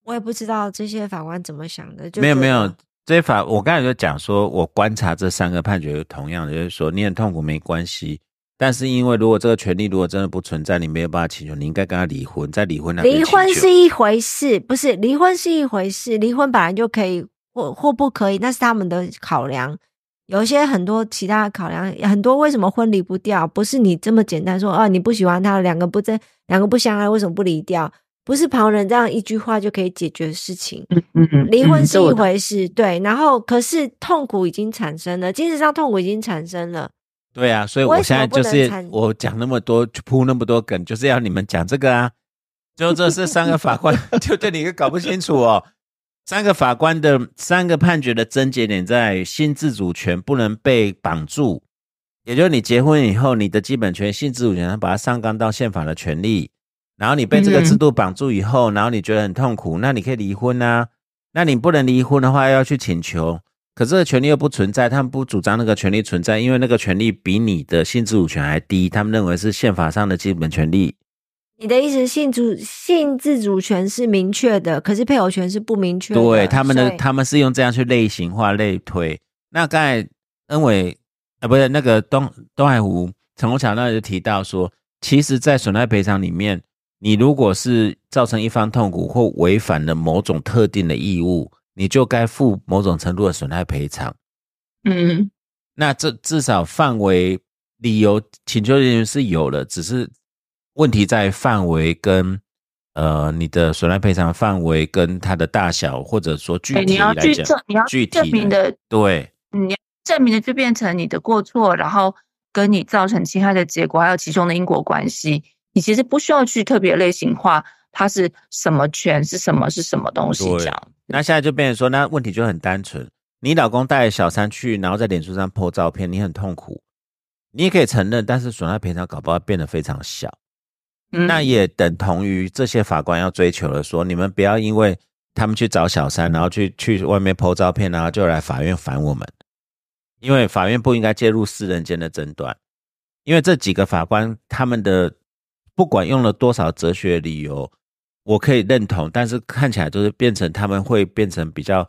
我也不知道这些法官怎么想的，就
没有
觉
没有
得，
这些法，我刚才就讲说，我观察这三个判决，同样的就是说，你很痛苦没关系，但是因为如果这个权利如果真的不存在，你没有办法请求，你应该跟他离婚，在离婚那边
离婚
请求
是一回事，不是离婚是一回事，离婚本来就可以或或不可以，那是他们的考量。有一些很多其他的考量，很多为什么婚离不掉，不是你这么简单说啊，你不喜欢他，两个不真，两个不相爱，为什么不离掉？不是旁人这样一句话就可以解决的事情。
嗯嗯
离婚是
这
一
我懂
回事，对，然后可是痛苦已经产生了，精神上痛苦已经产生了，
对啊，所以
为
我现
什
在
么
就
不能
是
参
我讲那么多铺那么多梗，就是要你们讲这个啊。就这是三个法官， 就对你一个搞不清楚哦。三个法官的三个判决的症结点在性自主权不能被绑住，也就是你结婚以后，你的基本权性自主权，他把它上纲到宪法的权利。然后你被这个
嗯
制度绑住以后，然后你觉得很痛苦，那你可以离婚啊。那你不能离婚的话，要去请求。可这个权利又不存在，他们不主张那个权利存在，因为那个权利比你的性自主权还低，他们认为是宪法上的基本权利。
你的意思，性主性自主权是明确的，可是配偶权是不明确的。
对，他们的
所以
他们是用这样去类型化类推。那刚才恩伟啊，不是那个东东海湖陈宏强那里就提到说，其实，在损害赔偿里面，你如果是造成一方痛苦或违反了某种特定的义务，你就该负某种程度的损害赔偿。
嗯，
那这至少范围理由请求人员是有了，只是问题在范围跟呃你的损害赔偿范围跟它的大小，或者说具
对，你
体
要
来
去
讲
证，，你要
具
证
体
明
来
的
对
证明的就变成你的过错，然后跟你造成侵害的结果，还有其中的因果关系，你其实不需要去特别类型化，它是什么权是什么是什么东西
对
这样。
那现在就变成说，那问题就很单纯。你老公带小三去，然后在脸书上 po 照片，你很痛苦，你也可以承认，但是损害赔偿搞不好变得非常小。
嗯
那也等同于这些法官要追求的说，你们不要因为他们去找小三，然后去去外面 PO 照片，然后就来法院烦我们，因为法院不应该介入私人间的争端，因为这几个法官他们的不管用了多少哲学理由，我可以认同，但是看起来就是变成他们会变成比较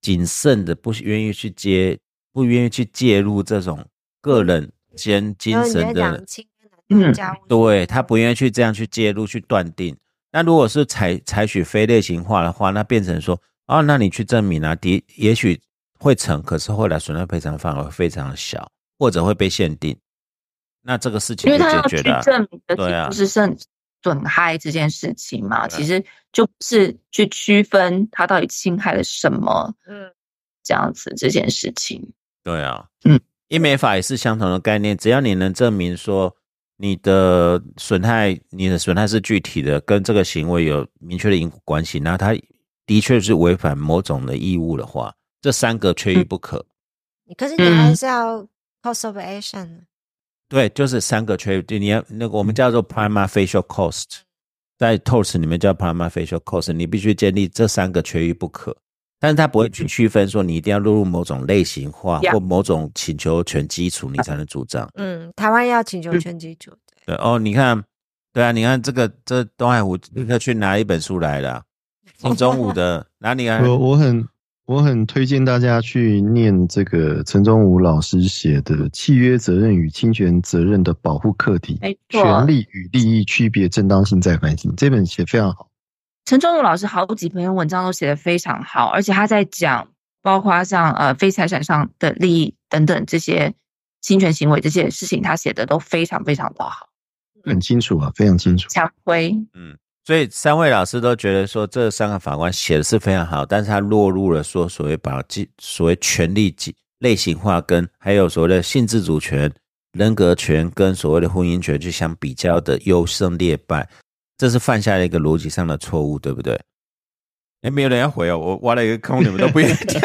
谨慎的，不愿意去接，不愿意去介入这种个人间精
呃然后你在
神的。
讲亲跟男
嗯
家务事
对他不愿意去这样去介入、去断定。那如果是采采取非类型化的话，那变成说，哦，那你去证明啊，的也许会成，可是后来损害赔偿范围非常小，或者会被限定。那这个事情
因为
就
他要
解
去
决了啊。
证明的
对啊
其实是损损害这件事情嘛，
对啊
其实就不是去区分他到底侵害了什么
嗯，
这样子这件事情。
对啊，
嗯，
英美法也是相同的概念，只要你能证明说你的损害，你的损害是具体的，跟这个行为有明确的因果关系，那他的确是违反某种的义务的话，这三个缺一不可。
可是你还
嗯
是要 cost of action，
对，就是三个缺点，你要那个我们叫做 prima facial cost，在 TOS 里面叫 prima facial cost，你必须建立这三个缺一不可，但是它不会去区分说你一定要落入某种类型化
Yeah
或某种请求权基础，你才能主张。
嗯，台湾要请求
嗯
全基础，
对哦，你看，对啊，你看这个这东海湖立刻去拿一本书来了，从中午的，然后你看，
我我很我很推荐大家去念这个陈忠武老师写的《契约责任与侵权责任的保护课题
没：错
权利与利益区别正当性再反省》这本写非常好。
陈忠儒老师好几篇文章都写得非常好，而且他在讲包括像呃非财产上的利益等等这些侵权行为这些事情，他写的都非常非常的好，
很清楚啊，非常清楚。
强推。
所以三位老师都觉得说这三个法官写的是非常好，但是他落入了说所谓把基所谓权利基类型化跟还有所谓的性自主权、人格权跟所谓的婚姻权去相比较的优胜劣败，这是犯下了一个逻辑上的错误，对不对？哎，没有人要回哦，我挖了一个空，你们都不愿意跳。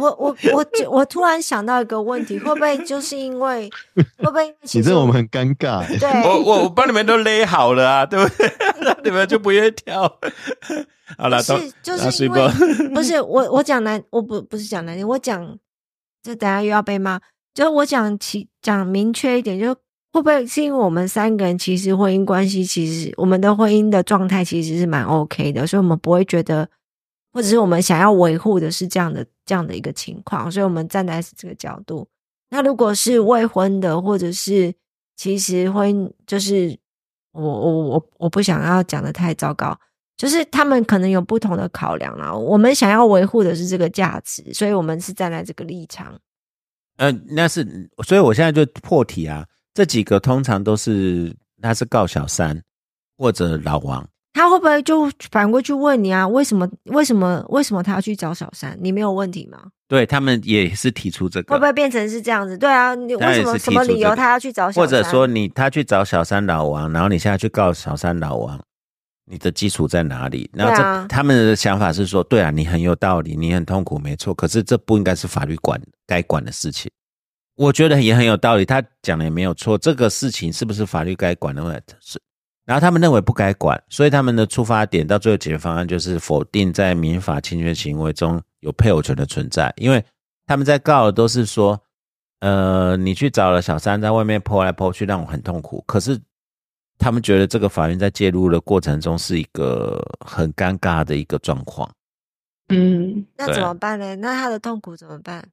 我我我就我突然想到一个问题，会不会就是因为会不会因为其
你
实
这我们很尴尬、欸。
对
我我我帮你们都勒好了啊，对不 对？那你们就不愿意跳。 好了，
不
都
是就
打
是
水
因为
波
不是我我讲难，我不不是讲难听，我讲这等下又要被骂。就是我讲其讲明确一点，就是会不会是因为我们三个人其实婚姻关系，其实我们的婚姻的状态其实是蛮 OK 的，所以我们不会觉得或者是我们想要维护的是这样的这样的一个情况，所以我们站在这个角度。那如果是未婚的，或者是其实婚姻就是我我我我不想要讲的太糟糕，就是他们可能有不同的考量啦。我们想要维护的是这个价值，所以我们是站在这个立场。
呃，那是，所以我现在就破题啊，这几个通常都是他是告小三或者老王，
他会不会就反过去问你啊？为什么？为什么？为什么他要去找小三？你没有问题吗？
对他们也是提出这个，
会不会变成是这样子？对啊，你
当然
为什么
是
什
提
么
出
理
这
由
个
他要去找小三？
或者说你他去找小三老王，然后你现在去告小三老王，你的基础在哪里？然后这、
对啊
他们的想法是说，对啊，你很有道理，你很痛苦，没错，可是这不应该是法律管该管的事情。我觉得也很有道理，他讲的也没有错。这个事情是不是法律该管的问题？是，然后他们认为不该管，所以他们的出发点到最后解决方案就是否定在民法侵权行为中有配偶权的存在，因为他们在告的都是说，呃，你去找了小三，在外面泼来泼去，让我很痛苦。可是他们觉得这个法院在介入的过程中是一个很尴尬的一个状况。
嗯，
那
对
怎么办呢？那他的痛苦怎么办？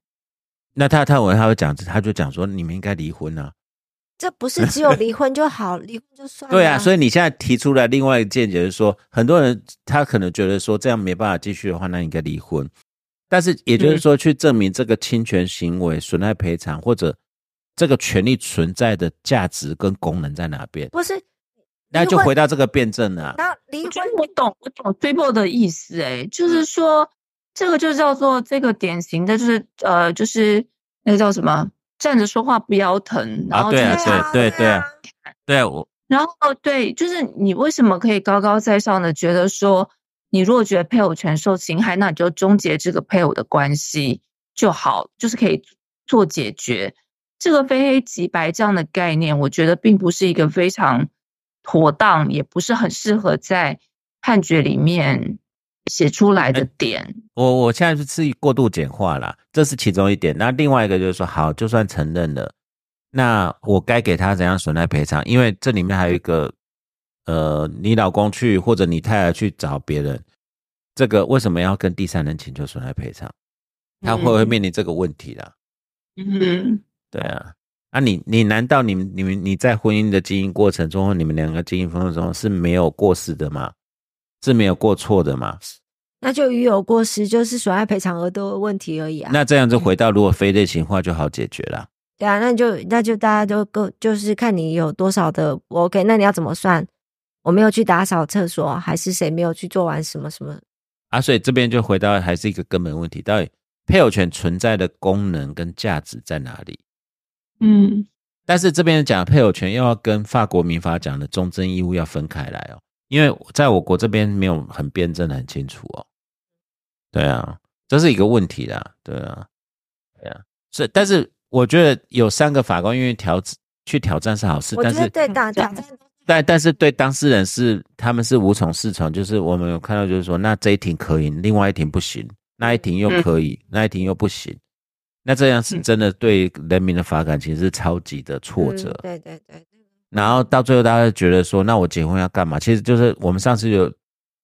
那他他我他会讲，他就讲说你们应该离婚啊，
这不是 只有离婚就好，离婚就算
对啊，所
以
以你现在提出来另外一个见解是说，很多人他可能觉得说这样没办法继续的话，那应该离婚。但是也就是说，去证明这个侵权行为、损害赔偿或者这个权利存在的价值跟功能在哪边，
不是。
那就
如果
回到这个辩证了啊、
那离
我
婚
觉得我懂，我懂 triple 的意思、欸，
嗯
就是说这个就叫做这个典型的，就是呃，就是那个叫什么，站着说话不腰疼，然后
对
就
啊
是
对对对
对
啊对啊，我
然后哦对，就是你为什么可以高高在上的觉得说，你如果觉得配偶权受侵害，那你就终结这个配偶的关系就好，就是可以做解决。这个非黑即白这样的概念，我觉得并不是一个非常妥当，也不是很适合在判决里面写出来
哎
的点。
我我现在是过度简化啦，这是其中一点。那另外一个就是说，好，就算承认了，那我该给他怎样损害赔偿？因为这里面还有一个，呃，你老公去或者你太太去找别人，这个为什么要跟第三人请求损害赔偿？他会不会面临这个问题啦？
嗯，
对啊，啊你你难道你们你们你在婚姻的经营过程中，或你们两个经营过程中是没有过失的吗？是没有过错的吗？
那就鱼有过失，就是损害赔偿额度的问题而已啊。
那这样就回到如果非类型化就好解决了。
对啊，那就那就大家都各就是看你有多少的不 OK，那你要怎么算？我没有去打扫厕所，还是谁没有去做完什么什么？
啊，所以这边就回到还是一个根本问题，到底配偶权存在的功能跟价值在哪里？
嗯，
但是这边讲配偶权又要跟法国民法讲的忠贞义务要分开来哦，因为在我国这边没有很辩证的很清楚哦。对啊，这是一个问题啦，对啊，对啊，所以但是我觉得有三个法官愿意挑去挑战是好事，
我
但
觉得
是
对打
这
打
样
战
但但是对当事人是他们是无从适从，就是我们有看到就是说，那这一庭可以，另外一庭不行，那一庭又
嗯
可以，那一庭又不行，那这样是
嗯
真的对人民的法感情是超级的挫折。
嗯对对对，
然后到最后，大家就觉得说，那我结婚要干嘛？其实就是我们上次有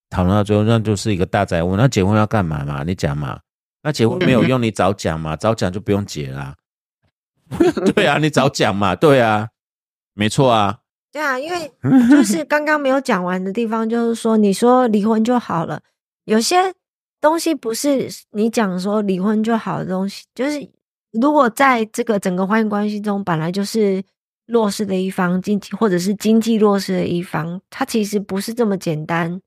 讨论到最后，那就是一个大宅问，那结婚要干嘛嘛？你讲嘛？那结婚没
嗯
有用，你早讲嘛，早讲就不用结 啦。对啊，你早讲嘛，对啊，没错啊。
对啊，因 为
嗯
就是刚刚没有讲完的地方，就是说你说离婚就好了，有些东西不是你讲说离婚就好的东西，就是如果在这个整个婚姻关系中本来就是弱势的一方，经济或者是经济弱势的一方，他其实不是这么简单，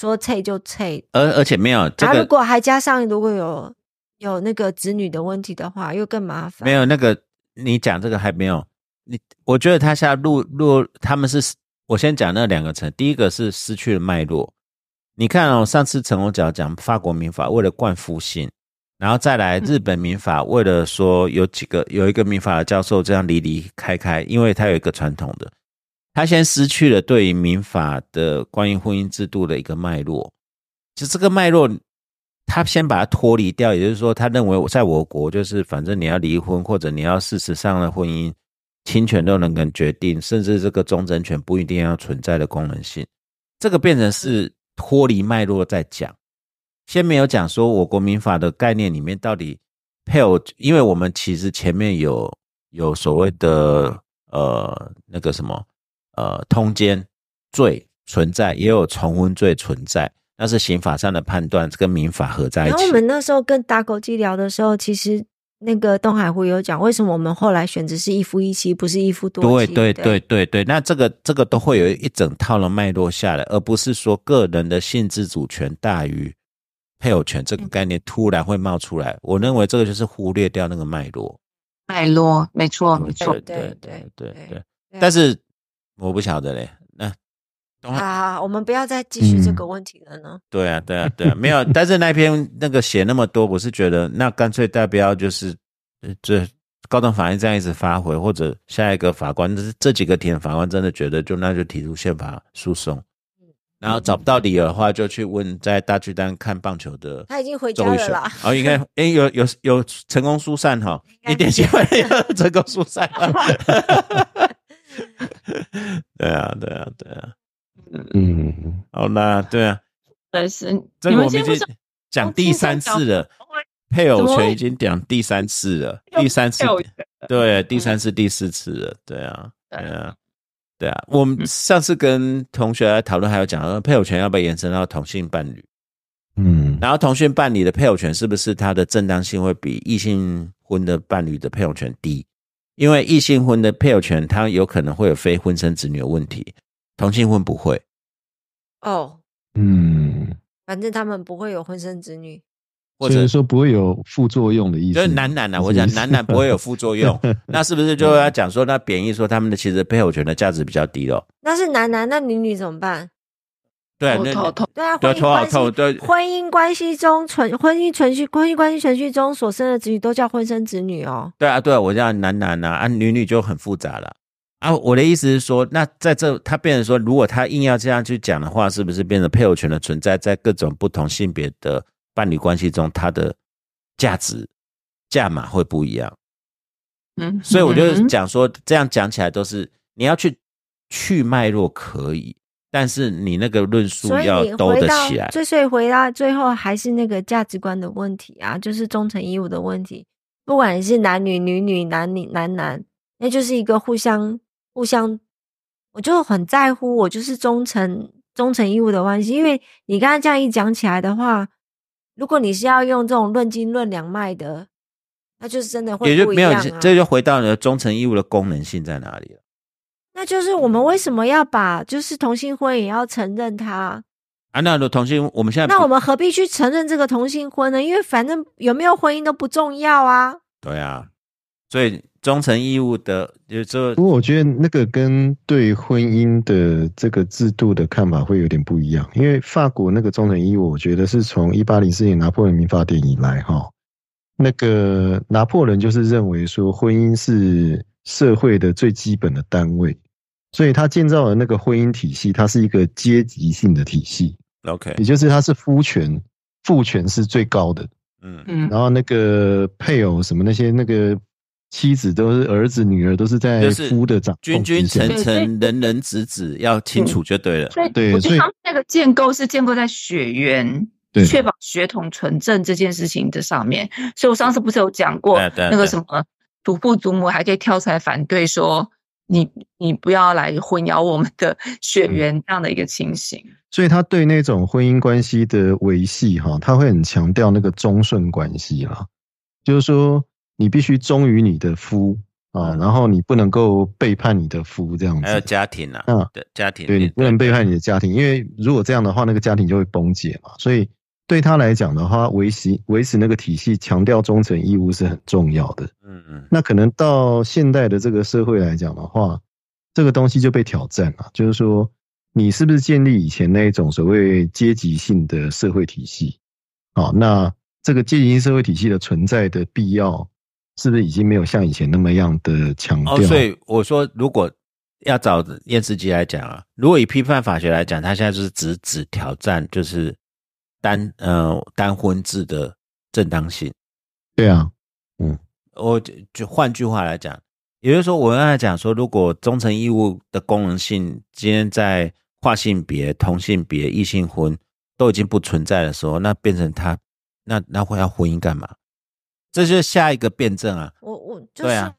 说撤就撤。
而而且没有这
然后
个
如果还加上如果有有那个子女的问题的话，又更麻烦。
没有那个，你讲这个还没有。你我觉得他现在录录，他们是我先讲那两个层，第一个是失去了脉络。你看哦，上次陈宏角讲法国民法为了灌夫性，然后再来日本民法为了说有几个有一个民法的教授这样离离开开，因为他有一个传统的，他先失去了对于民法的关于婚姻制度的一个脉络，就这个脉络，他先把它脱离掉，也就是说，他认为我在我国就是反正你要离婚或者你要事实上的婚姻侵权都能跟决定，甚至这个忠贞权不一
嗯
定要存在的功能性，这个变成是脱离脉络在讲。先没有讲说我国民法的概念里面到底配偶，因为我们其实前面有有所谓的呃那个什么呃通奸罪存在，也有重婚罪存在，那是刑法上的判断，跟民法合在一
然后
起
我。们那时候跟打狗机聊的时候，其实那个东海湖有讲，为什么我们后来选择是一夫一妻，不是一夫多
对
妻？
对对对对，那这个这个都会有一整套的脉络下来，而不是说个人的性自主权大于配偶权
嗯
这个概念突然会冒出来。我认为这个就是忽略掉那个脉络。嗯
脉络，没错，没错
对。对
哦对
对
对
对。
对
但是我不晓得嘞，那东海
啊，我们不要再继续这
嗯
个问题了呢。
对啊对啊对啊，没有。但是那篇那个写那么多，我是觉得那干脆代标就是呃这。高等法院这样一直发回，或者下一个法官，这这几个点法官真的觉得就那就提出宪法诉讼，
嗯
然后找不到理由的话，就去问在大巨蛋看棒球的
他已经回家
周玉
了
雄
啦。。
哦， 应该哎有有有成功疏散哈，一
应该
点
是
机会有成功疏散。 对啊，对啊，对啊。
嗯，
好啦，对啊，
但是
这
你
个我
们
们
今
已
天不
经
是
讲第三次了，配偶权已经讲第三次了，第三次
配偶权
对，第三次、第四次了，对啊，对
嗯对嗯
啊，对啊。我们上次跟同学来讨论，还有讲到配偶权要不要延伸到同性伴侣，
嗯，
然后同性伴侣的配偶权是不是它的正当性会比异性婚的伴侣的配偶权低？因为异性婚的配偶权，它有可能会有非婚生子女的问题，同性婚不会。
哦，
嗯，
反正他们不会有婚生子女。
或
所
者
以说不会有副作用的意思，
就是男男啊，
是
我
不
讲
是
男男不会 有副作用，那是不是就要讲说，那贬义说他们的其实配偶权的价值比较低咯？
那是男男，那女女怎么办？
对，
头
那
头头
对啊，
对
婚姻
头好
关
痛，
系，
对
婚姻关系中存婚姻存续婚姻关系存续中所生的子女都叫婚生子女哦。
对啊，对啊，我讲男男啊，啊女女就很复杂了啊。我的意思是说，那在这他变成说，如果他硬要这样去讲的话，是不是变成配偶权的存在在各种不同性别的伴侣关系中，它的价值价码会不一样？
嗯，
所以我就
嗯
讲说，这样讲起来都是你要去去脉络可以，但是你那个论述
所以
要
你
兜
回
得
到
起来。
最所以回到最后还是那个价值观的问题啊，就是忠诚义务的问题。不管你是男女、女女、男女、男男，那就是一个互相互相，我就很在乎，我就是忠诚忠诚义务的关系。因为你刚才这样一讲起来的话，如果你是要用这种论斤论两卖的，那就是真的会
也就
不一
没有
样、啊，
这就回到你的忠诚义务的功能性在哪里了。
那就是我们
嗯
为什么要把就是同性婚也要承认它？
啊，那如果同性，我们现在
那
不
我们何必去承认这个同性婚呢？因为反正有没有婚姻都不重要啊。
对啊，所以忠诚义务的，就就
不过我觉得那个跟对婚姻的这个制度的看法会有点不一样，因为法国那个忠诚义务，我觉得是从一八零四年拿破仑民法典以来，哈，那个拿破仑就是认为说婚姻是社会的最基本的单位，所以他建造的那个婚姻体系，它是一个阶级性的体系，
OK，
也就是它是夫权，父权是最高的，
嗯，
嗯，
然后那个配偶什么那些那个妻子都是儿子女儿都是在
就是
夫的掌
君
控
君
之下。
臣
对所以
臣，人人子子，要清楚就对了。
所以
对
我觉
所以
得他们那个建构是建构在血缘
对。
确保血统纯正这件事情的上面，所以我上次不是有讲过
对对
那个
对
什么祖父祖母还可以跳出来反对说你你不要来混淆我们的血
嗯
缘这样的一个情形。
所以他对那种婚姻关系的维系，哈，他会很强调那个忠顺关系啦，就是说你必须忠于你的夫啊，
嗯
然后你不能够背叛你的夫这样
还有
子。
家庭啊，
嗯
对家庭，
对你不能背叛你的家庭，因为如果这样的话，那个家庭就会崩解嘛。所以对他来讲的话，维系维持那个体系，强调忠诚义务是很重要的。
嗯嗯，
那可能到现代的这个社会来讲的话，这个东西就被挑战了，就是说你是不是建立以前那一种所谓阶级性的社会体系？好，那这个阶级性社会体系的存在的必要，是不是已经没有像以前那么样的强调？
哦，所以我说，如果要找验尸机来讲啊，如果以批判法学来讲，他现在就是只只挑战就是单呃单婚制的正当性。
对啊，
我就就换句话来讲，也就是说，我刚才讲说，如果忠诚义务的功能性今天在跨性别、同性别、异性婚都已经不存在的时候，那变成他那那会要婚姻干嘛？这就是下一个辩证啊，
我我就
对
是、
啊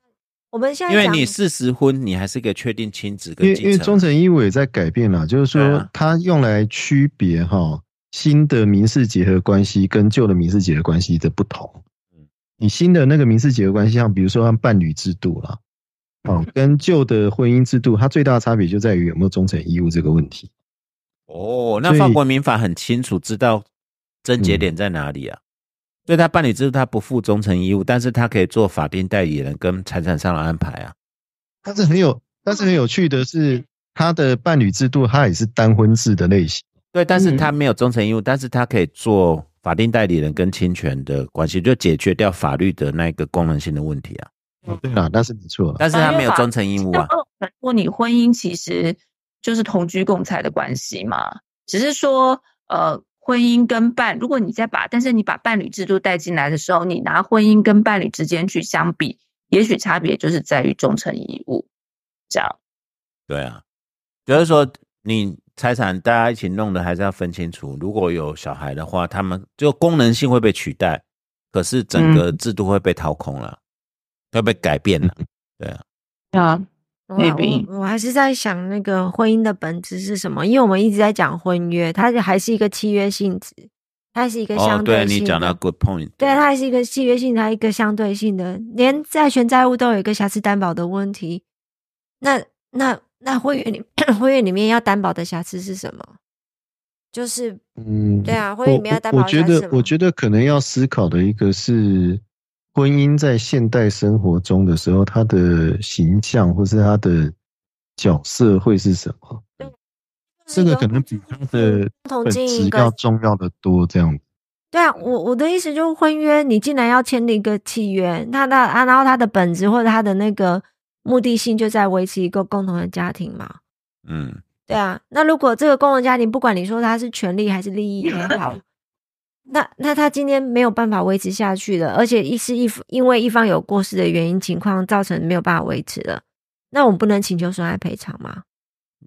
我们现在
因为
讲
你事实婚，你还是可以确定亲子
因
跟
为因为
继
忠
承。
诚义务也在改变啦，就是
对
说
啊
它用来区别哈新的民事结合关系跟旧的民事结合关系的不同
嗯。
你新的那个民事结合关系，像比如说像伴侣制度啦，
嗯
哦，跟旧的婚姻制度，它最大的差别就在于有没有忠诚义务这个问题。
哦，那
所以嗯
法国民法很清楚知道症结点在哪里啊，所以他办理制度他不负忠诚义务，但是他可以做法定代理人跟财产上的安排啊。
但是很有，但是很有趣的是，它的伴侣制度它也是单婚制的类型。
对，但是他没有忠诚义务，但是他可以做法定代理人跟侵权的关系，就解决掉法律的那个功能性的问题啊。
对啦，那是没错啦。
但是他没有忠诚义务啊。
哦
那如果你婚姻其实就是同居共财的关系嘛，只是说呃，婚姻跟伴，如果你再把，但是你把伴侣制度带进来的时候，你拿婚姻跟伴侣之间去相比，也许差别就是在于忠诚义务这样。
对啊，就是说你财产大家一起弄的，还是要分清楚。如果有小孩的话，他们就功能性会被取代，可是整个制度会被掏空了，会被改变了。
嗯
啊，
我啊
maybe
我我还是在想那个婚姻的本质是什么，因为我们一直在讲婚约，它还是一个契约性质，它是一个
哦，
相
对
对性的。
你讲到 good point，
对，啊它还是一个契约性的，它一个相对性的，连债权债务都有一个瑕疵担保的问题。那那那婚约里 婚约里面要担保的瑕疵是什么？就是
嗯，
对啊，婚约
我
里面要担
我
保的
我
瑕
觉
疵是什，
得
么
我觉得可能要思考的一个是，婚姻在现代生活中的时候，它的形象或是它的角色会是什么？
就是
这个
有
可能比它的
共同
本
经营
质
一
要
个
重要的多。这样，
对啊，我我的意思就是婚约，你既然要签订一个契约，那那啊，然后它的本质或者它的那个目的性就在维持一个共同的家庭嘛。
嗯，
对啊，那如果这个共同家庭，不管你说它是权利还是利益也好，那那他今天没有办法维持下去了，而且一是一因为一方有过失的原因情况造成没有办法维持了，那我们不能请求损害赔偿吗？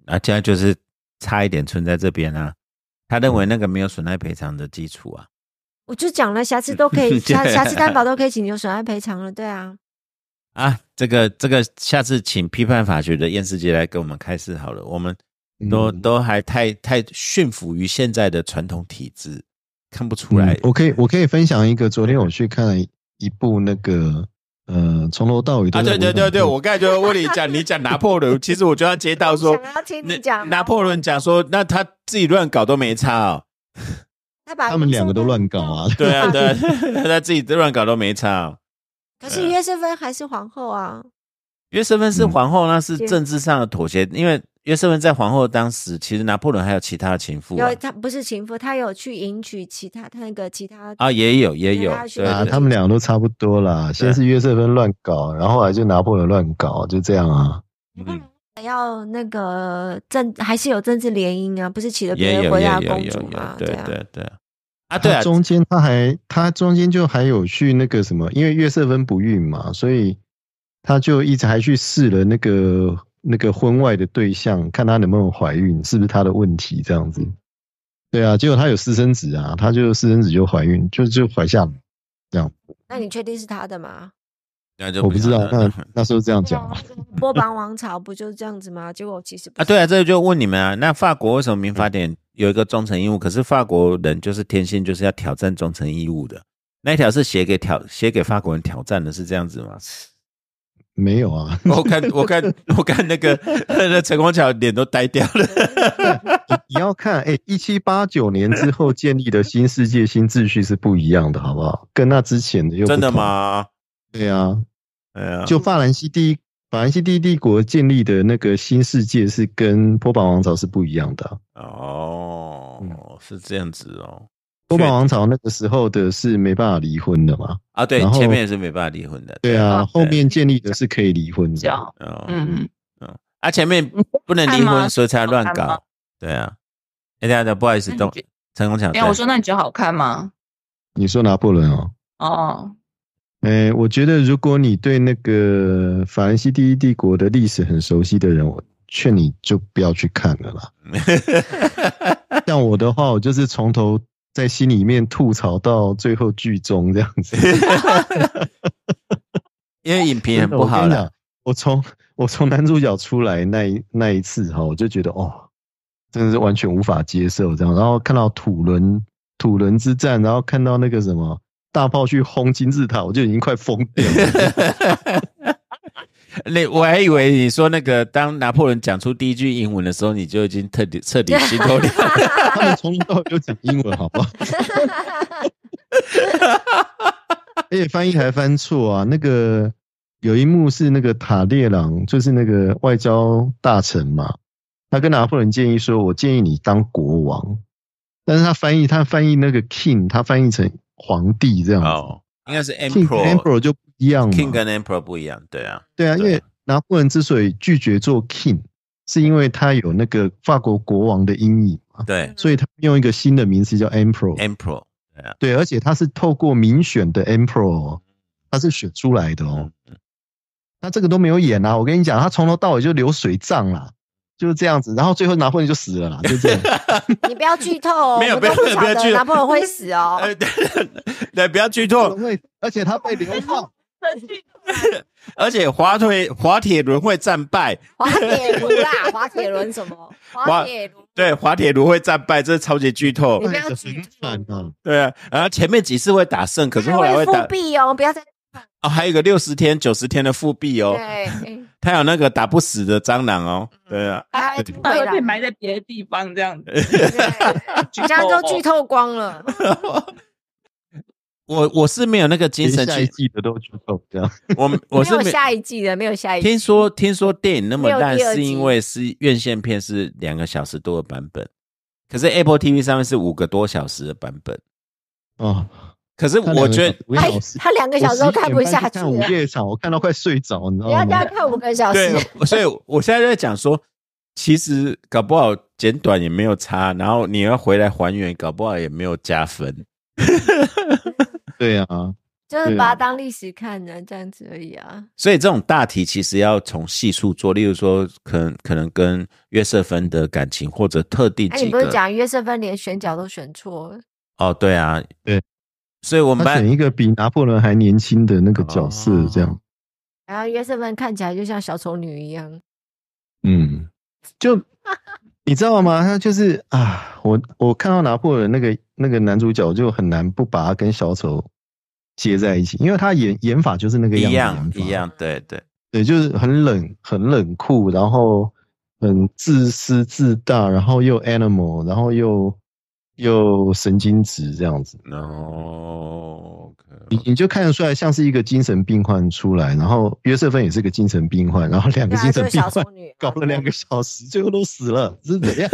那现在就是差一点存在这边啊。他认为那个没有损害赔偿的基础啊，
我就讲了，瑕疵都可以，
嗯
对
瑕瑕疵担保都可以请求损害赔偿了，对啊。
啊，这个这个，下次请批判法学的验世杰来给我们开示好了。我们都、
嗯
都还太太驯服于现在的传统体制，看不出来。
嗯我可以我可以分享一个，昨天我去看一部那个呃，从头到尾都
啊，
在
对对
围
对
绕
对，
着
我刚才就问你讲，你讲拿破仑，其实我就要接到说
我， 想要听你讲啊
那拿破仑讲说，那他自己乱搞都没差 哦。
他把
他们两个都乱搞啊
对啊，对啊， 他自己乱搞都没差、哦。
可是约瑟芬还是皇后啊，
因为身份是皇后，那是
对
政治上的妥协。因为约瑟芬在皇后当时，其实拿破仑还有其他的情妇啊
有，她不是情妇，她有去迎娶其他她那个其他
啊也有也有
对他，是
对
啊，
对
他们两个都差不多啦。先是约瑟芬乱搞，然后后来就拿破仑乱搞，就这样啊。
嗯
要那个政还是有政治联姻啊，不是娶了别
也
人
有
回
也
家
有
的
有
公主
有
嘛，，
对
啊。
对对啊，对啊
他，中间他还他中间就还有去那个什么，因为约瑟芬不孕嘛，所以他就一直还去试了那个那个婚外的对象，看他能不能怀孕，是不是他的问题这样子。
嗯
对啊，结果他有私生子啊，他就私生子就怀孕，就就怀下来。
那你确定是她的吗？
那就
我不知道，
了
那 那时候这样讲啊，
波旁王朝不就是这样子吗？结果其实
嗯
不
啊，
是
对啊，这个就问你们啊，那法国为什么民
嗯
法典有一个忠诚义务？可是法国人就是天性就是要挑战忠诚义务的，那一条是写给挑写给法国人挑战的，是这样子吗？
没有啊，
我看我看我看那个那陈光桥脸都呆掉了。
你要看，哎、1一七八九年之后建立的新世界新秩序是不一样的，好不好？跟那之前的又不
真的
同？
吗？
对啊，
哎呀，
就法兰西第一法兰西第一帝国建立的那个新世界是跟波旁王朝是不一样的啊、
哦，
嗯
是这样子哦。
波旁王朝那个时候的是没办法离婚的嘛？
啊，对，
然后
前面也是没办法离婚的。
对啊，
对
后面建立的是可以离婚
这
的。
样，
哦，
嗯，
嗯，啊，前面
你
不能离
看吗
婚，所以才乱
看吗
搞。对啊，哎，等一下，等一下不好意思，
那你
东
觉
成功抢。
没有，
对
哎我说那你觉得好看吗？
你说拿破仑哦？
哦，
哎、我觉得如果你对那个法兰西第一帝国 的历史很熟悉的人，我劝你就不要去看了啦。像我的话，我就是从头在心里面吐槽到最后剧终这样子。
因为影评很不好
真的我跟
了
你讲。我从我从男主角出来那一那一次哈，我就觉得哦，真的是完全无法接受这样。然后看到土伦土伦之战，然后看到那个什么大炮去轰金字塔，我就已经快疯掉了。
那我还以为你说那个，当拿破仑讲出第一句英文的时候，你就已经彻底彻底心 头凉。
他们从头到尾都讲英文，好不好？而且翻译还翻错啊！那个有一幕是那个塔列朗，就是那个外交大臣嘛，他跟拿破仑建议说：“我建议你当国王。”但是他翻译他翻译那个 king，他翻译成皇帝这样子。
哦，应该是
king 跟
emperor，king
emperor 就不一样嘛。
跟 emperor 不一样，对啊，
对啊，因
对
为拿破仑之所以拒绝做 king，是因为他有那个法国国王的阴影嘛，
对
所以他用一个新的名词叫 emperor。
，emperor，
对，而且他是透过民选的 emperor，哦他是选出来的哦。
嗯
他这个都没有演啊，我跟你讲，他从头到尾就流水账啦，就是这样子。然后最后拿破仑就死了啦，就这样。
你不要剧透 哦，
没有
我们都
不要
晓
不要剧
得
透
拿破仑会 死哦。
呃，对 对，不要剧 透。
会，而且他被流放，
而且滑腿滑铁卢会战败，
滑铁卢啦，滑铁卢 什么？滑铁卢，
对，滑铁卢会战败，这是超级剧透
你。不
败
要
的
剧
很
透
惨啊。
对啊，然后前面几次会打胜，可是后来
会
会
复
打
辟哦，不要再
哦，还有一个六十天、九十天的复辟 哦，
对，哎嗯
他有那个打不死的蟑螂哦，对啊，
还哎会
它
回
会
来
被，埋在别的地方这样 子。哦
对
这
这样都剧透光了。
我我是没有那个精
连
神
下一
去，
季的都剧透这样。
我 我
没
是
有
没
下一季的，没有下一季。
听说听说电影那么
没有
烂，
第二
是
集
因为是院线片是两个小时多的版本，可是 Apple TV 上面是五个多小时的版本。
哦，
可是
他
我
两个
觉
小
得
时，我跟
他
你讲我是
哎他两个小时都
我11
看不
点半
下
去
去
看午
了，
夜场，我看到快睡着，你知
不要
道
这样
吗？
看五个小时
哦对。，所以我现在就在讲说，其实搞不好剪短也没有差，然后你要回来还原，搞不好也没有加分。
对啊，
就是把它当历史看的这样子而已啊。
所以这种大题其实要从细处做，例如说，可能可能跟约瑟芬的感情，或者特定
哎，
几
你不
个、
是讲约瑟芬连选角都选错了？
哦，对啊，
对，
所以我们
他选
班哦
一个比拿破仑还年轻的那个角色，这样。
然后约瑟芬看起来就像小丑女一 样，
嗯，就你知道吗？他就是啊，我我看到拿破仑那个那个男主角，就很难不把他跟小丑接在一起，因为他演演法就是那个
一
样
样
子的演法
一，样，对对。
对，就是很冷很冷酷，然后很自私自大，然后又 animal，然后又又神经质这样子。
哦，OK，
你你就看得出来，像是一个精神病患出来，然后约瑟芬也是个精神病患，然后两个
对啊，
精
就
神
是
病
小
患
丑女啊。
搞了两个小时，最后都死了，是怎样？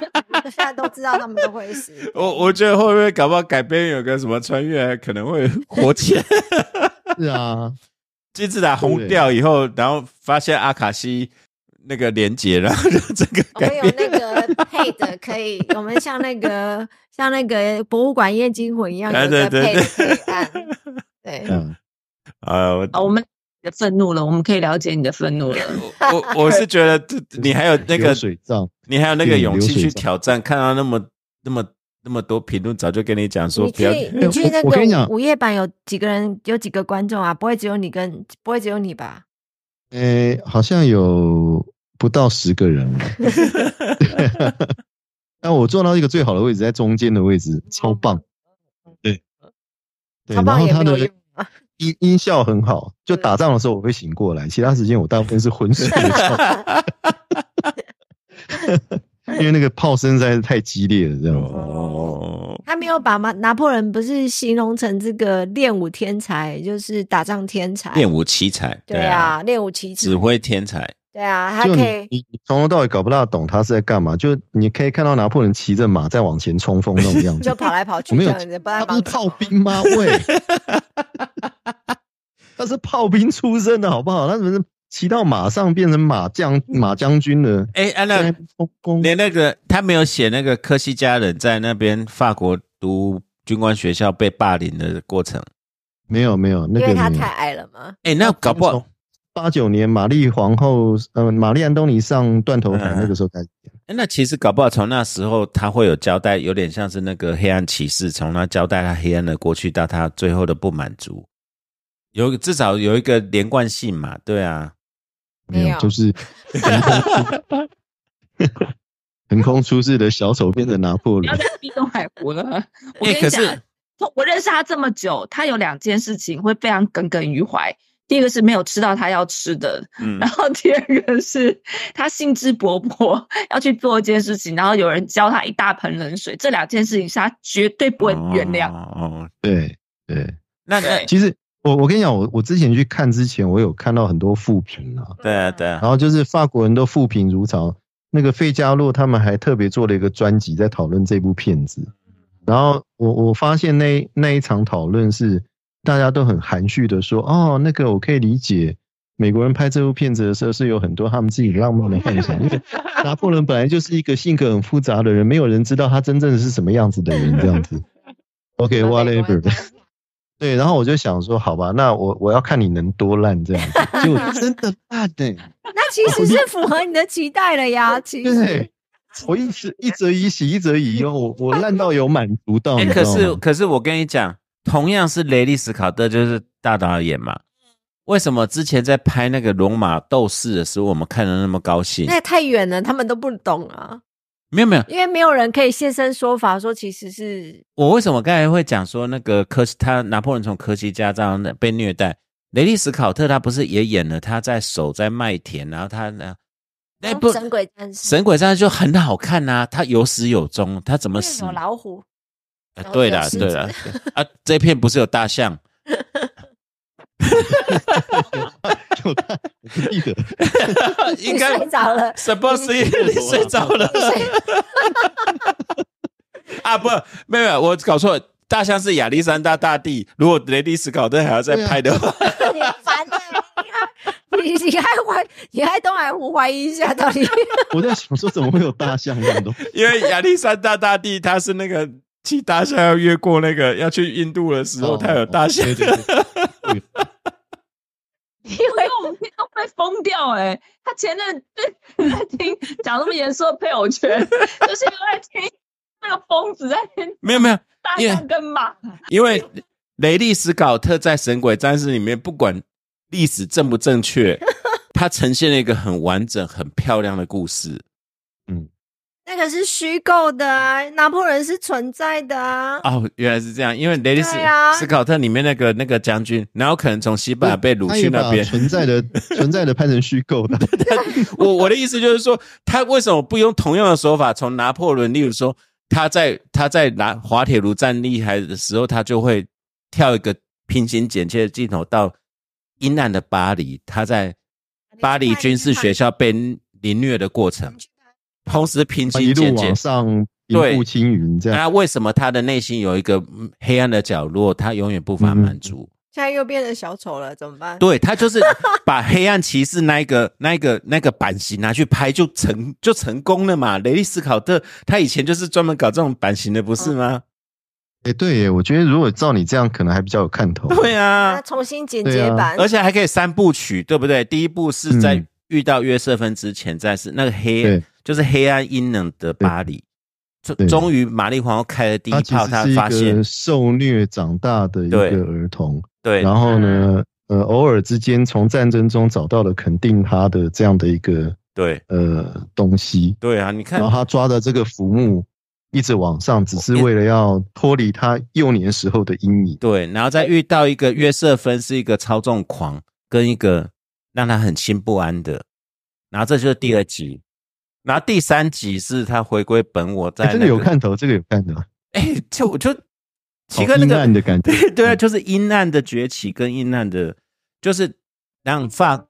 我 们现在都知道他们都会 死。
我我觉得会不会搞不好改编有个什么穿越，可能会火起来。
是 啊，
金字塔红掉以后，然后发现阿卡西那个连接，然后就这个
我们
改
哦有
编。
那 个配的可以，我们像那个像那个博物馆夜惊魂一样，
哎
有个
对对
配的 配案。对，
嗯，
啊，我
好，我们你的愤怒了，我们可以了解你的愤怒 了。
我我是觉得这你还有那
流
个，
水账，
你还有那个勇气
流
去
水账
挑战，看到那么那么那么多评论，早就跟你讲说
你
不
去
要。
你去
哎我
那
我跟你
个
讲
午午夜版有几个人，有几个观众啊？不会只有你跟，不会只有你吧？
诶、好像有不到十个 人了。但我坐到一个最好的位置，在中间的位置，超棒。对，对，
超
然
棒
后
也
他
没有
的
用啊。
音音效很好，就打仗的时候我会醒过来，其他时间我大部分是昏睡的状态。 因为那个炮声实在是太激烈了，这样子。
哦，
他没有把拿拿破仑不是形容成这个练武天才，就是打仗天才。
练武奇才，
对啊，，练武奇才
指。挥天才，
对啊，他
就
可
你
以。
你你从头到尾搞不大懂他是在干嘛，就你可以看到拿破仑骑着马在往前冲锋那种样子，
就跑来跑去这
我没有
样子，不然
他不
忙
是炮兵吗？ 喂，他是炮兵出身的好不好？他怎么是骑到马上变成马
嗯
将、马将军了？
哎，安娜
现在，不公
连那个他没有写那个科西嘉人在那边法国读军官学校被霸凌的过程。
没有没有，那
因
个
为他
没 有
太矮了嘛。
哦
哎、那搞不好，
八九年玛丽皇后，呃，玛丽安东尼上断头台
嗯
那个时候开始演，
诶那其实搞不好从那时候他会有交代，有点像是那个黑暗骑士，从他交代他黑暗的过去到他最后的不满足，有至少有一个连贯性嘛，对啊，
没有
就是横空出 横空出世的小丑变成拿破
不要
仑
再，逼东海湖了。啊 我
哎
跟
可
你
是
讲，我我认识他这么久，他有两件事情会非常耿耿于怀。第一个是没有吃到他要吃的，
嗯
然，后第二个是他兴致勃勃要去做一件事情，然后有人浇他一大盆冷水。这两件事情是他绝对不会原谅。
哦。哦
对对。
那
对
其实我我跟你讲，我我之前去看之前，我有看到很多负评啊，
对啊对啊，
然后就是法国人都负评如潮。那个费加洛他们还特别做了一个专辑在讨论这部片子，然后我我发现那那一场讨论是大家都很含蓄的说，哦，那个我可以理解，美国人拍这部片子的时候是有很多他们自己浪漫的幻想，因为拿破仑本来就是一个性格很复杂的人，没有人知道他真正是什么样子的人，这样子。OK，whatever、对，然后我就想说，好吧，那我我要看你能多烂这样子，结果真的烂欸呢、
那其实是符合你的期待了呀。其实
对，我一直一则以喜，一则以忧，我我烂到有满足到，
哎、
哦你知
可
道
是
吗？
可是我跟你讲，同样是雷利斯考特，就是大导演嘛。为什么之前在拍那个《罗马斗士》的时候，我们看的那么高兴
那？也太远了，他们都不懂啊，
没有没有，
因为没有人可以现身说法说其实是
我为什么刚才会讲说那个科西他拿破仑从科西嘉这样的被虐待？雷利斯考特他不是也演了他在守在麦田，然后他呢那部
哦神鬼战士，
哎神鬼战士就很好看呐、他有始有终，他怎么
因为
死？
有老虎，
呃
然后
对
只有
啦
狮
对
子
啦 啊，这片不是有大象？
就烂我不记得，
应该
你睡着了，
什么时 你睡着了？ 啊，不，没有，没有我搞错了。大象是亚历山大大帝，如果雷利斯考特还要
嗯
再拍的话，
你烦的，你还你你还怀你还东海湖怀疑一下到底
我在想说怎么会有大象这 种东西？
因为亚历山大大帝他是那个骑大象要越过那个要去印度的时候，他有大象
哦。对对对
因为
我们听都被疯掉哎、他前任对在听讲那么严肃的配偶权， 就是因为听那个疯子在听
没有没有，
大
因为
象跟马。
因为雷利斯考特在《神鬼战士》里面，不管历史正不正确，他呈现了一个很完整、很漂亮的故事。
那个是虚构的啊，拿破仑是存在的啊。
哦，原来是这样，因为雷利斯、
对啊
斯考特里面那个那个将军，然后可能从西班牙被掳
他
去
也
那
把
边。
存 在的存在的拍成虚构的，
我我的意思就是说，他为什么不用同样的手法？从拿破仑，例如说他在他在拿滑铁卢战厉害的时候，他就会跳一个平行剪切的镜头到阴暗的巴黎，他在巴黎军事学校被凌虐的过程，同时平
啊一
行剪
路
切
往。上啊
对啊
平步青云这样。
那为什么他的内心有一个嗯黑暗的角落，他永远无法
嗯
满足？
现在又变成小丑了，怎么办？
对他就是把黑暗骑士那一个、 那一个、那个版型拿去拍，就成就成功了嘛。雷利斯考特他以前就是专门搞这种版型的，不是吗？
哎、对耶，我觉得如果照你这样，可能还比较有看头。
对
那
啊，
重新剪
对
接
啊
版，
而且还可以三部曲，对不对？第一部是在
嗯
遇到约瑟芬之前，在是那个黑
对，
就是黑暗阴冷的巴黎。终
对
终于，玛丽皇后开了第一
他其
炮，她
实
发
是一
现
个受虐长大的一
对
个儿童，
对嗯
然后呢，呃，偶尔之间从战争中找到了肯定他的这样的一个
对
呃东西，
对啊！你看
然后，他抓着这个浮木一直往上，只是为了要脱离他幼年时候的阴影。
对，然后再遇到一个约瑟芬是一个操纵狂，跟一个让他很心不安的，然后这就是第二集，然后第三集是他回归本我在、
哎
那
这个有，看头，这个有看头，
哎、就我就
好
奇怪那
阴暗
个
的感 觉。
对对啊，就是阴暗的崛起跟阴暗的，就是让法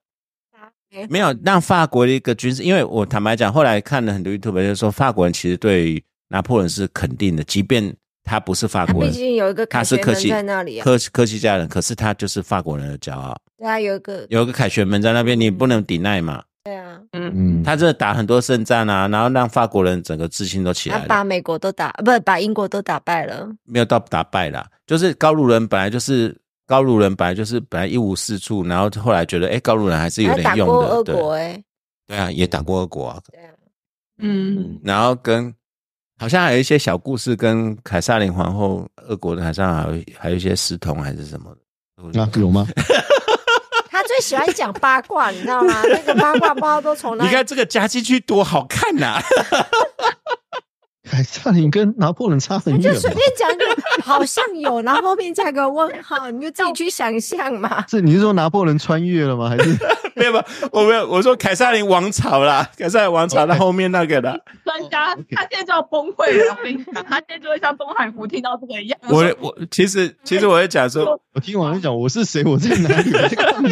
没有让法国的一个军事，因为我坦白讲，后来看了很多 YouTube 就说法国人其实对拿破仑是肯定的，即便他不是法
他
国
毕
人，
竟有一个
他
凯
是
旋
科西
门在那里啊
科科西嘉人，可是他就是法国人的骄傲。
对啊，有一个
有一个凯旋门在那边，你不能抵赖嘛。
对啊，
嗯，
嗯，
他这打很多胜战啊，然后让法国人整个自信都起
他
来
把
了，
美国都打，不把英国都打败了，
没有到打败啦。就是高卢人本来就是高卢人本来就是本来一无是处，然后后来觉得哎，高卢人还是有
还
点
打
用
过
的，
俄
对
国哎，
对啊，也打过俄国啊，
对啊，
嗯，
然后跟好像还有一些小故事，跟凯撒琳皇后，俄国的好像还有还有一些私通还是什么的。
啊
那啊有吗？
他最喜欢讲八卦，你知道吗？那个八卦不知道都从哪
你
里
看这个加进去多好看呐、
凯撒琳哎跟拿破仑差很
就
远
随
吧
便？讲一个，好像有，然后后面加个问号，你就自己去想象嘛。
是你是说拿破仑穿越了吗？还是
没有吧？我没有，我说凯撒琳王朝啦，凯撒琳王
哦
朝那后面那个啦。
专家
OK
他现在就要崩溃了，我跟你讲，他现在就会像东海福听到这个一样。
我我其实其实我在讲 说，
我听完就讲我是谁，我在哪里， 我在干嘛？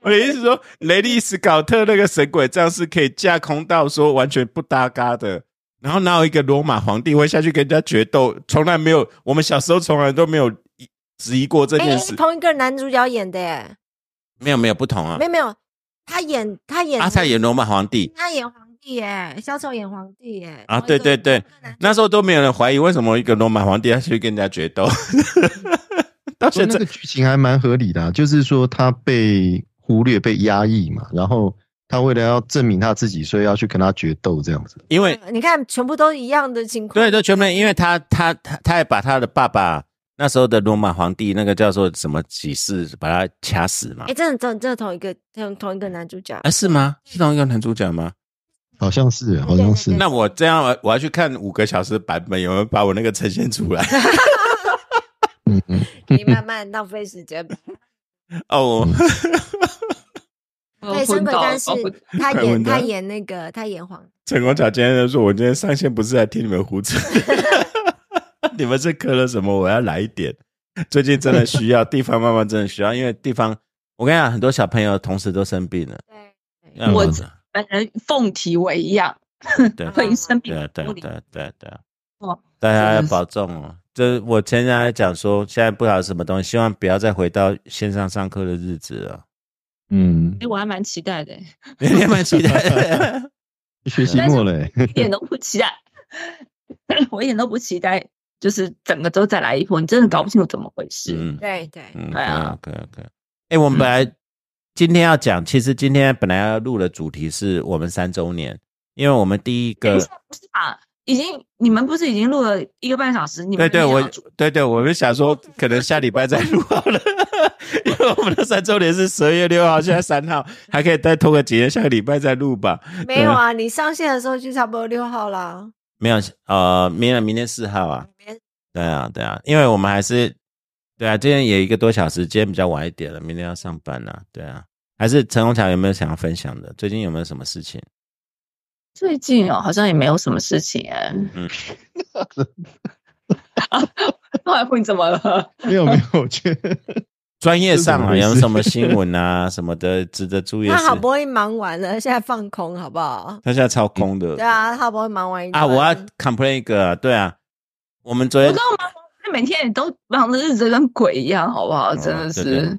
我的意思是说，雷利斯考特那个神鬼战士可以架空到说完全不搭嘎的，然后哪有一个罗马皇帝会下去跟人家决斗？从来没有，我们小时候从来都没有疑质疑过这
哎、
件事。
同一个男主角演的欸耶，
没有没有不同啊
没，有没有，他演他演
阿塞演罗马皇帝，
他演皇帝耶，小丑演皇帝耶。
啊
同一个
对对对，
同一个男
那时候都没有人怀疑为什么一个罗马皇帝要去跟人家决斗， 到
所以
现
那
在
个剧情还蛮合理的、啊，就是说他被忽略、被压抑嘛，然后他为了要证明他自己，所以要去跟他决斗这样子。
因为
主角你看，全部都一样的情况。
对，对，全部，因为他他他他也把他的爸爸那时候的罗马皇帝那个叫做什么几世，把他掐死嘛
哎、？真的真的真的同一个同同一个男主角。
啊，是吗？是同一个男主角吗？
好像是，好像是
嗯
对。
那我这样，我要去看五个小时版本，有没有把我那个呈现出 来？
嗯嗯，
你慢慢浪费时 间吧。
哦，
对，神鬼战士
我昏倒了
他
快
演
问他
他演那个他演皇
陈光桥今天就说，我今天上线不是来听你们胡扯， 你们是磕了什么？我要来一点。最近真的需要，地方妈妈真的需要，因为地方，我跟你讲，很多小朋友同时都生病了。
对，
那
我本人凤体为一样，
对
会一生病
对啊对啊
不理
对啊对啊对啊
哦，
大家要
真的是
保重哦。这我前天还讲说，现在不晓得什么东西，希望不要再回到线上上课的日子了。
嗯
哎，，我还蛮期待 的，
你也蛮期待 的，
学期末嘞、
一点都不期待，我一点都不期待，就是整个都再来一波，你真的搞不清楚怎么回事。
嗯
对对，
嗯，
对啊嗯
可以可以。哎，我们本来今天要讲，其实今天本来要录的主题是我们三周年，因为我们第一
等一
个
下，不是吧？已经你们不是已经录了一个半小时？你
对
们
对，
也要
我
主
对对，我们想说可能下礼拜再录好了，因为我们的三周年是十二月六号，现在三号，还可以再拖个几天，下个礼拜再录吧。
没有啊，你上线的时候就差不多六号啦。
没有，呃，明天明天四号啊，
明天
对啊，对啊，因为我们还是，对啊，今天也一个多小时，今天比较晚一点了，明天要上班啦、对啊，还是陈红强有没有想要分享的？最近有没有什么事情？
最近哦，好像也没有什么事情哎。
嗯
嗯， 东海富你怎么了？
没有没有，我觉 得
专业上啊，
这是什么意
有
思
什么新闻啊什么的值得注意的
他
事？
好不容易忙完了，现在放空好不好？
他现在超空的，
对啊，他好不容易忙完一
啊，
段
我要 complain 一个啊，对啊，我们昨
我
天
知道吗？那每天也都忙的日子跟鬼一样，好不好？真的
哦对对
是，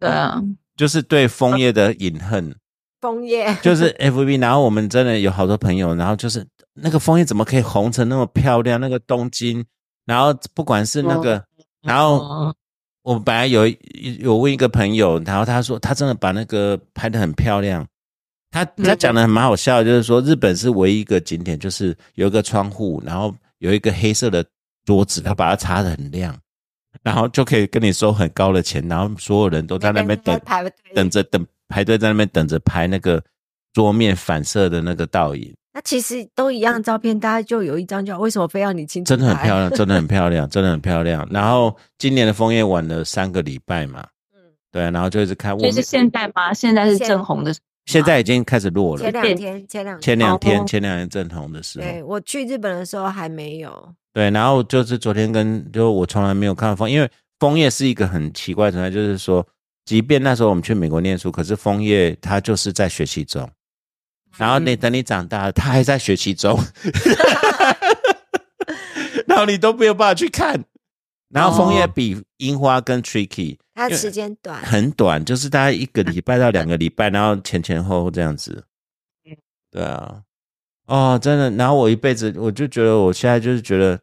对啊，
就是对枫叶的隐恨，
枫叶，
就是 FB，然后我们真的有好多朋友，然后就是那个枫叶怎么可以红成那么漂亮？那个东京，然后不管是那个，然后
嗯
我本来有有问一个朋友，然后他说他真的把那个拍的很漂亮。他他讲的很蛮好笑的，就是说日本是唯一一个景点，就是有一个窗户，然后有一个黑色的桌子，他把它擦的很亮，然后就可以跟你收很高的钱，然后所有人都在那边等
排队
等。着等排队在那边等着拍那个桌面反射的那个倒影，
那其实都一样，照片大家就有一张就好，为什么非要你亲自
真的很
拍
漂亮，真的很漂亮，真的很漂亮。然后今年的枫叶晚了三个礼拜嘛，
嗯
对啊，然后就一直看。我
所以
们
是现在吗？现在是
现
正红的时
现在已经开始落
前
了，
两天，前两
前两天
哦
前两天正红的时候，
对我去日本的时候还没有，
对，然后就是昨天跟就我从来没有看到枫，因为枫叶是一个很奇怪的存在，就是说，即便那时候我们去美国念书，可是枫叶它就是在学习中，然后你等你长大了，它还在学习中， 然后你都没有办法去看。然后枫叶
哦
比樱花更 tricky，
它
因为
时间短，
很短，就是大概一个礼拜到两个礼拜，然后前前后后这样子。对啊，哦，真的。然后我一辈子，我就觉得我现在就是觉得，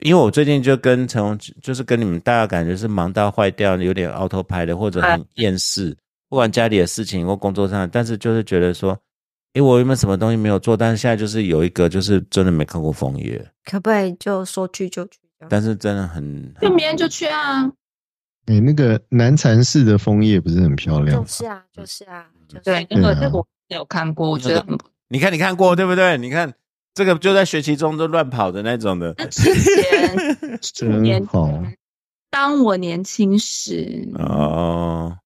因为我最近就跟陈宏，就是跟你们大家感觉是忙到坏掉，有点 auto 拍的，或者很厌世，不管家里的事情或工作上的，但是就是觉得说，诶，我有没有什么东西没有做？但是现在就是有一个，就是真的没看过枫叶，
可不可以就说去就去？
但是真的很，
就明天就去啊。
你、哎那个南禅寺的枫叶不是很漂亮
就
吗？
是啊，就是啊，
嗯
就是
对，那
对
个
啊
那个我有看过，我觉得很不
你看你看过对不对？你看这个就在学期中都乱跑的那种的，
之
嗯
前去年
真好，
当我年轻时，
哦，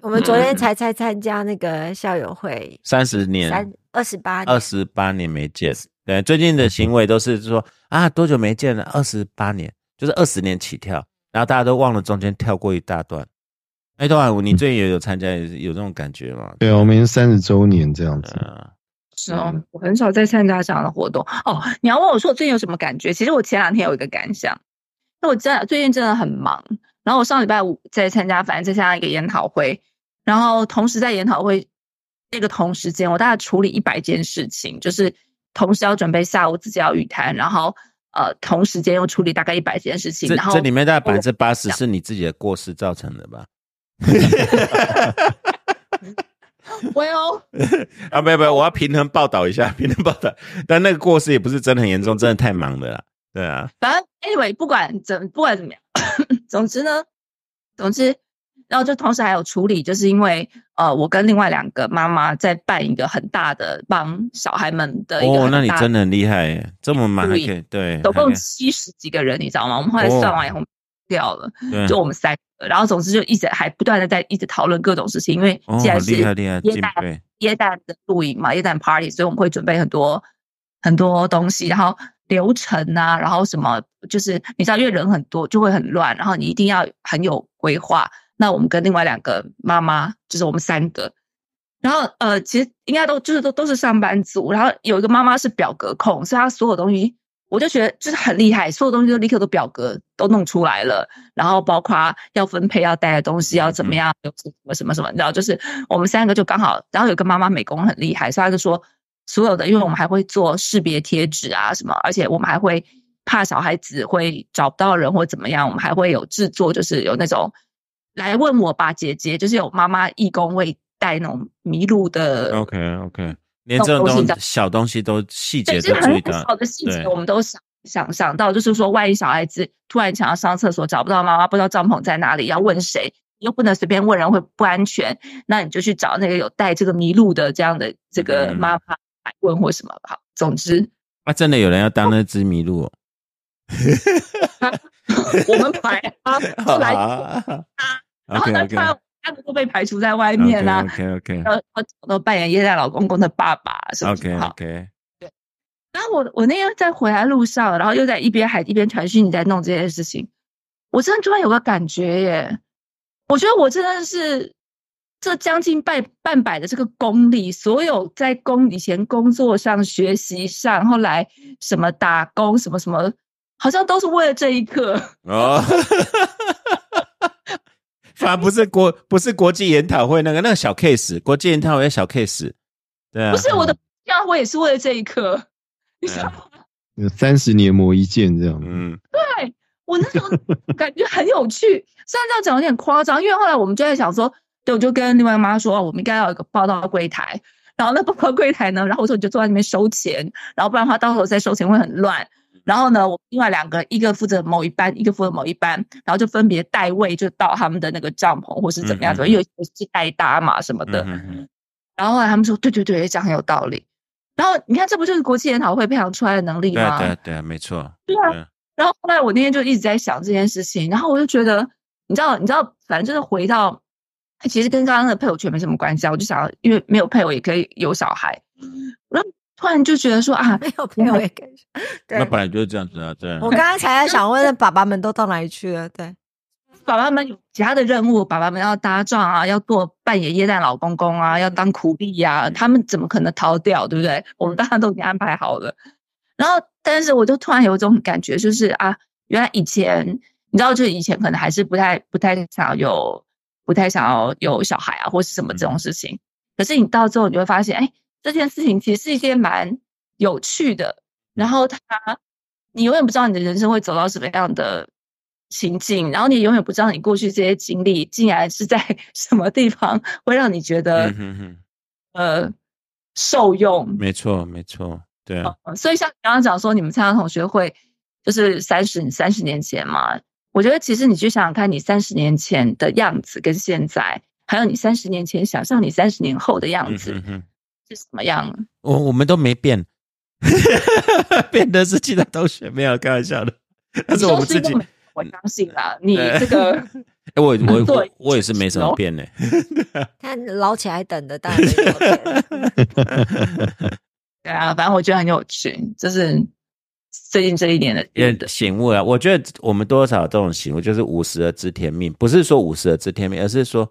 我们昨
嗯
天才才参加那个校友会，
三十年，
三二十八
二十八年没见，对，最近的行为都是说啊，多久没见了？二十八年，就是二十年起跳，然后大家都忘了中间跳过一大段。哎，段海武，你最近也有参加，有这种感觉吗？
嗯对啊，我们三十周年这样子。
啊，
是哦，我很少在参加这样的活动。哦，你要问我说我最近有什么感觉？其实我前两天有一个感想，那我真的最近真的很忙。然后我上礼拜五在参加，反正在参加一个研讨会，然后同时在研讨会那个同时间，我大概处理一百件事情，就是同时要准备下午自己要语谈，然后呃同时间又处理大概一百件事情，
这
然后
这里面大概百分之
哦我
八十是你自己的过失造成的吧？
我有
啊，没有没有，我要平衡报道一下，平衡报道。 但那个过失也不是真的很严重，真的太忙了啦。对啊，
反正 anyway，不管怎不管怎么样，总之呢，总之，然后就同时还有处理，就是因为呃，我跟另外两个妈妈在办一个很大的帮小孩们的呃一个
哦，那
很
你
大
真的很厉害耶，这么忙还可以，对，
总
还可
共
以
七十几个人，你知道吗？我们后来
哦
算完以后掉了，
对
就我们三个，然后总之就一直还不断的在一直讨论各种事情，因为
哦，
既
好
然是
厉害厉害，
耶
敬
诞
佩，
耶诞的露营嘛，耶诞 party，所以我们会准备很多很多东西，然后流程啊，然后什么，就是你知道，因为人很多就会很乱，然后你一定要很有规划。那我们跟另外两个妈妈，就是我们三个，然后呃，其实应该都就是都都是上班族，然后有一个妈妈是表格控，所以她所有东西。我就觉得就是很厉害，所有东西都立刻都表格都弄出来了，然后包括要分配要带的东西要怎么样，有什么什么什么，然后就是我们三个就刚好，然后有个妈妈美工很厉害，所以她就说所有的，因为我们还会做识别贴纸啊什么，而且我们还会怕小孩子会找不到人或怎么样，我们还会有制作，就是有那种来问我吧姐姐，就是有妈妈义工会带那种迷路的
OK OK，连这种
东西
东
的
小东西都细节都
对，就是
注意
很
到，
小的细
对
节，我们都想想想到，就是说，万一小孩子突然想要上厕所，找不到妈妈，不知道帐篷在哪里，要问谁，又不能随便问人会不安全，那你就去找那个有带这个迷路的这样的这个
嗯
妈妈来问或什么吧。总之，
啊，真的有人要当那只麋 鹿、哦，
我们排啊，就来，然后
OK
呢，
OK
突然他们都被排除在外面啊啦、
OK OK
然后然后都扮演耶诞老公公的爸爸什么什
OK
么好。
OK，
然后我我那天在回来路上，然后又在一边还一边传讯，你在弄这件事情，我真的突然有个感觉耶，我觉得我真的是这将近半半百的这个功力，所有在工以前工作上、学习上，后来什么打工什么什么，好像都是为了这一刻。
哦，反而不是国不是国际研讨会那个那个小 case，国际研讨会小 case，对啊，
不是我的，要我也是为了这 一刻，你知道吗？
三十年磨一剑这样。嗯，
嗯，
我那时候感觉很有趣，虽然这样讲有点夸张，因为后来我们就在想说，对，我就跟另外一个妈说，哦我们应该要有一个报道柜台，然后那报道柜台呢，然后我说你就坐在那边收钱，然后不然的话到时候再收钱会很乱。
嗯
然后呢，我另外两个，一个负责某一班，一个负责某一班，然后就分别代位，就到他们的那个帐篷或是怎么样，
嗯
怎么样，因为有些是代搭嘛什么的。
嗯哼哼
然后后来他们说，对对对，讲很有道理。然后你看，这不就是国际研讨会培养出来的能力
对啊
吗？
对啊对啊，没错，
对啊，然后后来我那天就一直在想这件事情，然后我就觉得，你知道，你知道，反正就是回到，哎其实跟刚刚的配偶权没什么关系啊。我就想要，因为没有配偶也可以有小孩，然后突然就觉得说啊，
没有朋友也跟上。对
那，本来就是这样子啊，对啊
我刚刚才在想问，那爸爸们都到哪里去了？对，
爸爸们有其他的任务，爸爸们要搭帐啊，要做扮演耶诞老公公啊，要当苦力呀、他们怎么可能逃掉，对不对？我们大家都已经安排好了。然后，但是我就突然有一种感觉，就是啊，原来以前你知道，就是以前可能还是不太不太想要有不太想要有小孩啊，或是什么
嗯
这种事情。可是你到最后，你就会
嗯
发现，哎，这件事情其实是一件蛮有趣的，然后它你永远不知道你的人生会走到什么样的情境，然后你永远不知道你过去这些经历竟然是在 什么地方会让你觉得、
嗯哼哼，
呃受用。
没错没错，对啊，
呃所以像你刚刚讲说，你们参加同学会就是三十三十年前嘛，我觉得其实你去想想看，你三十年前的样子跟现在，还有你三十年前想象你三十年后的样
嗯
子
哼哼，
是什么 样？
我我们都没变，变的是其他同学，没有开玩笑的，但是
你
我
说
们
是
自
因
己
为
嗯
我，们我相信啦，你
对
这个。
哎，我我我
对
我也是没什么变呢，
他捞起来等的大家都有变
对啊，反正我觉得很有趣，就是最近这一年的
也
变的，
醒悟了。我觉得我们多少这种醒悟，就是五十而知天命，不是说五十而知天命，而是说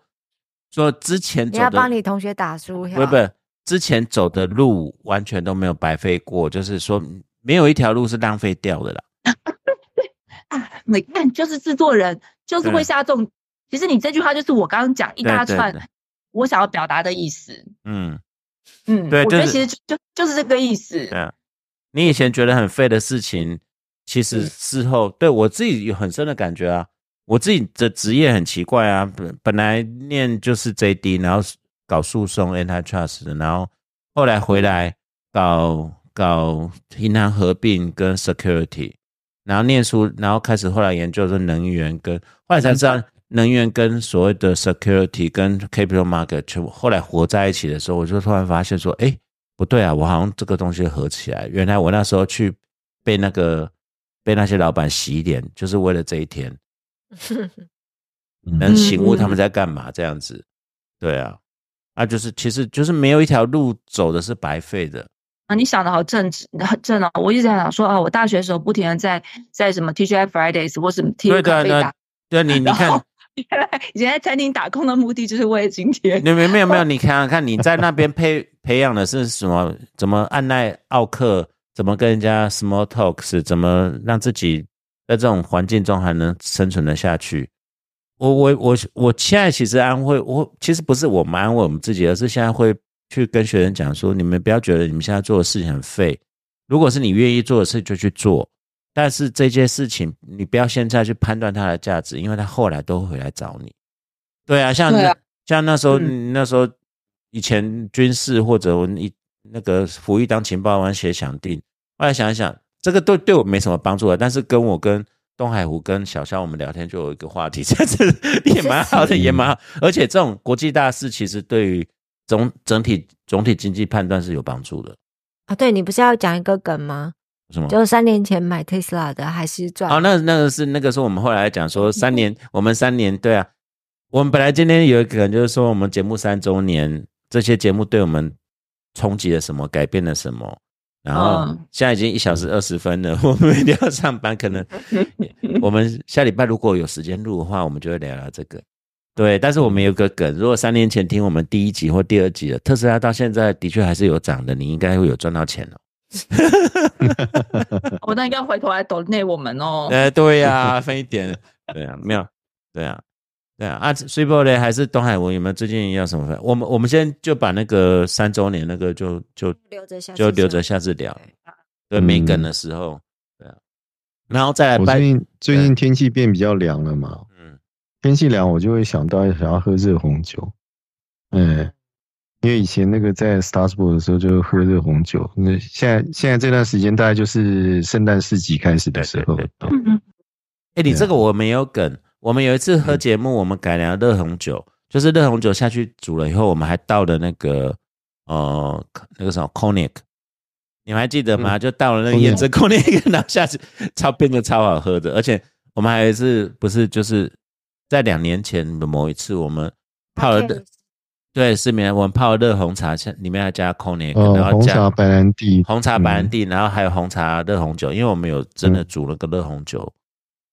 说之前
你
走
要
的
帮你同学打输，
不是不是，之前走的路完全都没有白费过，就是说没有一条路是浪费掉的啦。
啊你看，就是制作人就是
对
会下重。其实你这句话就是我刚刚讲一
对
大
对
串
对
我想要表达的意思。
嗯，
嗯，
对
我
就
觉得
是
其实就就就是这个意思。
对啊你以前觉得很废的事情，其实
嗯
事后对我自己有很深的感觉啊。我自己的职业很奇怪啊，本本来念就是 JD，然后搞诉讼 antitrust，的然后后来回来搞搞银行合并跟 security，然后念书，然后开始后来研究是能源跟，后来才知道能源跟所谓的 security 跟 capital market 全部后来合在一起的时候，我就突然发现说，哎，不对啊，我好像这个东西合起来，原来我那时候去被那个被那些老板洗脸，就是为了这一天能
嗯，
醒悟他们在干嘛这样子，对啊，啊，就是其实就是没有一条路走的是白费的，
啊，你想的好正直，很正哦。我一直在想说啊，我大学的时候不停的在在什么 TGI Fridays 或什么 T
对
U
对
咖啡
对
打，
对啊你你看
然后原来以前在餐厅打工的目的就是为了今天。
你没没有没有，你看啊看你在那边培 培养的是什么？怎么按耐奥克？怎么跟人家 small talks？怎么让自己在这种环境中还能生存的下去？我我我我现在其实安慰我，其实不是我们安慰我们自己，而是现在会去跟学生讲说，你们不要觉得你们现在做的事情很废，如果是你愿意做的事就去做，但是这件事情你不要现在去判断它的价值，因为它后来都会回来找你。对啊，像
对啊
那像那时候、
嗯
那时候以前军事或者我一那个服役当情报官写想定，后来想一想，这个对对我没什么帮助啊的，但是跟我跟东海湖跟小肖我们聊天就有一个话题，这是 也蛮好的，也蛮好。
嗯
而且这种国际大事其实对于总整体总体经济判断是有帮助的，
啊！对你不是要讲一个梗吗？
是吗？
就三年前买 Tesla 的还是赚
哦，，那那个是那个是我们后来讲说三年，我们三年对啊，我们本来今天有一个人就是说我们节目三周年，这些节目对我们冲击了什么，改变了什么。然后
嗯
现在已经一小时二十分了，我 们一定要上班。可能我们下礼拜如果有时间录的话，我们就会聊聊这个。对，但是我们有个梗，如果三年前听我们第一集或第二集的特斯拉，到现在的确还是有涨的，你应该会有赚到钱哦。
我那应该回头来抖内我们哦。
呃，对呀、分一点，对呀、没有，对呀、对呀、啊，水波嘞还是东海文有没有最近要什么？我们我们先就把那个三周年那个就就
留着下次
就留着
讲
下次聊，
对啊
对，
嗯
没梗的时候，对啊，然后再来
我
拜
最，近最近天气变比较凉了嘛，
嗯，
天气凉，我就会想到想要喝热红酒。嗯，因为以前那个在 Starsport 的时候就喝热红酒，那现在现在这段时间大概就是圣诞市集开始的时候
对，
嗯嗯
哎，
啊
你这个我没有梗，我们有一次喝
嗯
节目，我们改良热红酒，就是热红酒下去煮了以后，我们还倒了那个呃那个什么 cognac。你们还记得吗？就倒了那个
嗯 Cognac
椰汁 cognac，然后 下去超变得超好喝的，而且我们还有一次不是就是在两年前的某一次，我们泡了热
Podcast
对失眠，我们泡了热红茶，下里面还加 cognac，、然
呃，
后
红
加
茶白兰地，
红茶白
嗯
兰地，然后还有红茶热红酒，因为我们有真的煮了个热红酒，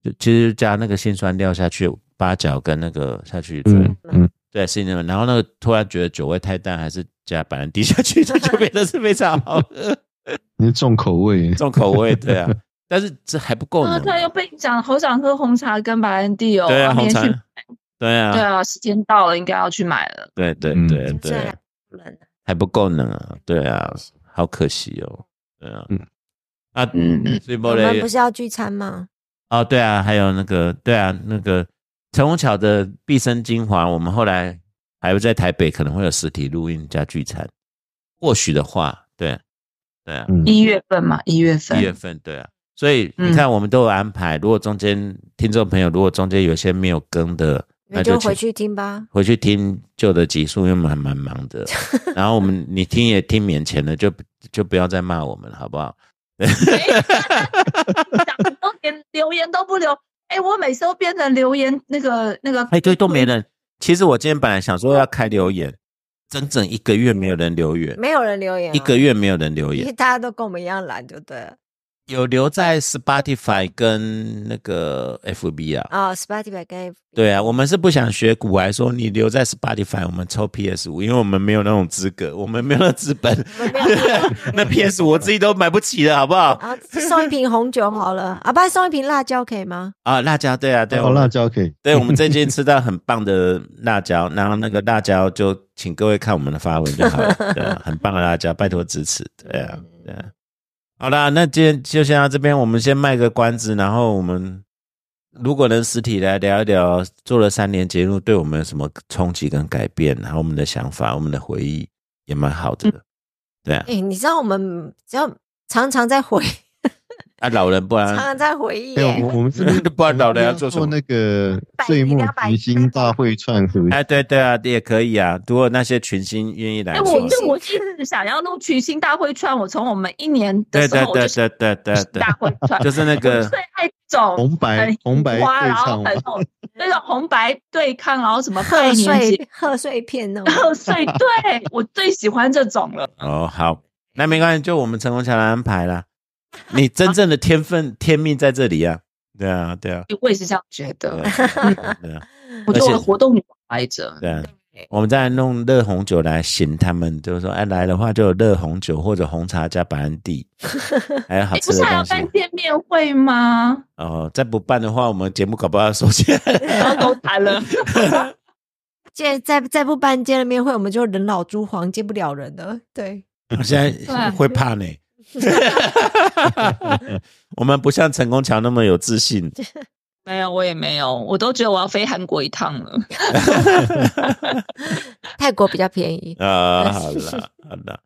就其实加那个辛酸料下去，八角跟那个下去，
嗯嗯，
对，是那个。然后那个突然觉得酒味太淡，还是加白兰地下去， 这就变得是非常好喝，
你是重口味，
重口味，对啊。但是这还不够
啊，
呢，
突然又被你讲，好想喝红茶跟白兰地哦。
对啊，
我
红
明
茶
天去，
对
对
啊，
啊，时间到了，应该要去买了。
对对
嗯
对
天气
对
还，冷啊
还不够呢，对啊，好可惜哦，对啊，
嗯
啊，
嗯嗯，
所以
我
波
们
雷
不是要聚餐吗？
哦，对啊，还有那个，对啊，那个陈宏桥的毕生精华，我们后来还会在台北可能会有实体录音加聚餐，或许的话，对，对啊，
嗯，
一月份嘛，一月
嗯
份，
一月份，对啊，所以你看，我们都有安排。如果中间听众朋友，如果中间有些没有更的，
你
那
就
请
回去听吧。
回去听旧的集数，因为我们还蛮忙的。然后我们你听也听免钱的，就就不要再骂我们了，好不好？
哎 想都连留言都不留。哎、我每次都变成留言那个那个，
哎，对，都没人。其实我今天本来想说要开留言，整整一个月没有人留言，
没有人留言、
一个
月，
月没有人留
因为
言，
大家都跟我们一样懒，就对了。
有留在 Spotify 跟那个 FB 啊。
哦，Spotify 跟 F
对啊，我们是不想学古玩，说你留在 Spotify，我们抽 PS 五，因为我们没有那种资格，我们没有那资本。
我们没有
那 PS 五我自己都买不起了，好不好？
然后送一瓶红酒好了，啊，不然送一瓶辣椒可以吗？
啊，辣椒，对啊，对，
哦，
我们
辣，椒可以，
对我们最近吃到很棒的辣椒， 然后那个辣椒就请各位看我们的发文就好了， 对、啊，很棒的辣椒，拜托支持，对啊，
嗯
对啊。好啦，那今天就先到这边，我们先卖个关子，然后我们如果能实体来聊一聊做了三年节目对我们有什么冲击跟改变，然后我们的想法、我们的回忆也蛮好
嗯
的，对啊，
哎、你知道我们只要常常在回，
啊，老人不
常
然
常在回忆、
没有，
耶
哎我我们这边
不然老人要做什么
做那个
百
岁末
两百
群星大会串合，
哎，对对啊，也可以啊。如果那些群星愿意来
哎、
说，
我这我是想要录群星大会串，我从我们一年的
对
时
对
候我
对
就是
对对对对
大，会 串，
就是那
我
个
最爱这种
红白
很
红白
花
对
然后
唱嘛
很，种那种红白 对抗，然后什么拜
贺
年节
岁、贺岁片那种。
贺岁，对我最喜欢这种了。
哦，好，那没关系，就我们陈功强来安排啦。你真正的天分天命在这里啊，对啊对啊，
我也是这样觉
对
得，
啊对啊
我
而
觉得我的
且
活动女王来着。
对啊。 我们再弄热红酒来醒他们，就是说，哎，来的话就有热红酒或者红茶加白兰 地，还有好
哎，不
吃
是
的
还要
东西。
办见面会 吗？
哦，再不办的话，我们节目搞不好要收钱。
然后都谈了，
见再再不办见了面会，我们就人老珠黄，见不了人了。对，
我现在
对
会怕 呢。 我们不像陈功强那么有自信。
没有，我也没有，我都觉得我要飞韩国一趟了。
泰国比较便宜。
啊，好啦，好啦，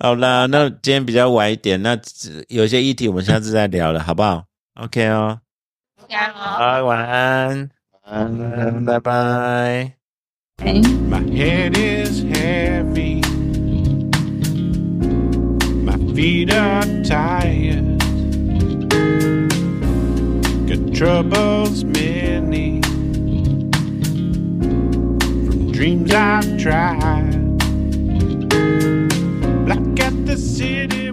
好啦，那今天比较晚一点，那只有些议题我们下次再聊了，好不好？OK 哦，好，晚安，晚安，拜拜。
My head is heavy. My feet are tired. Got troubles many. From dreams I've tried. Black at the city.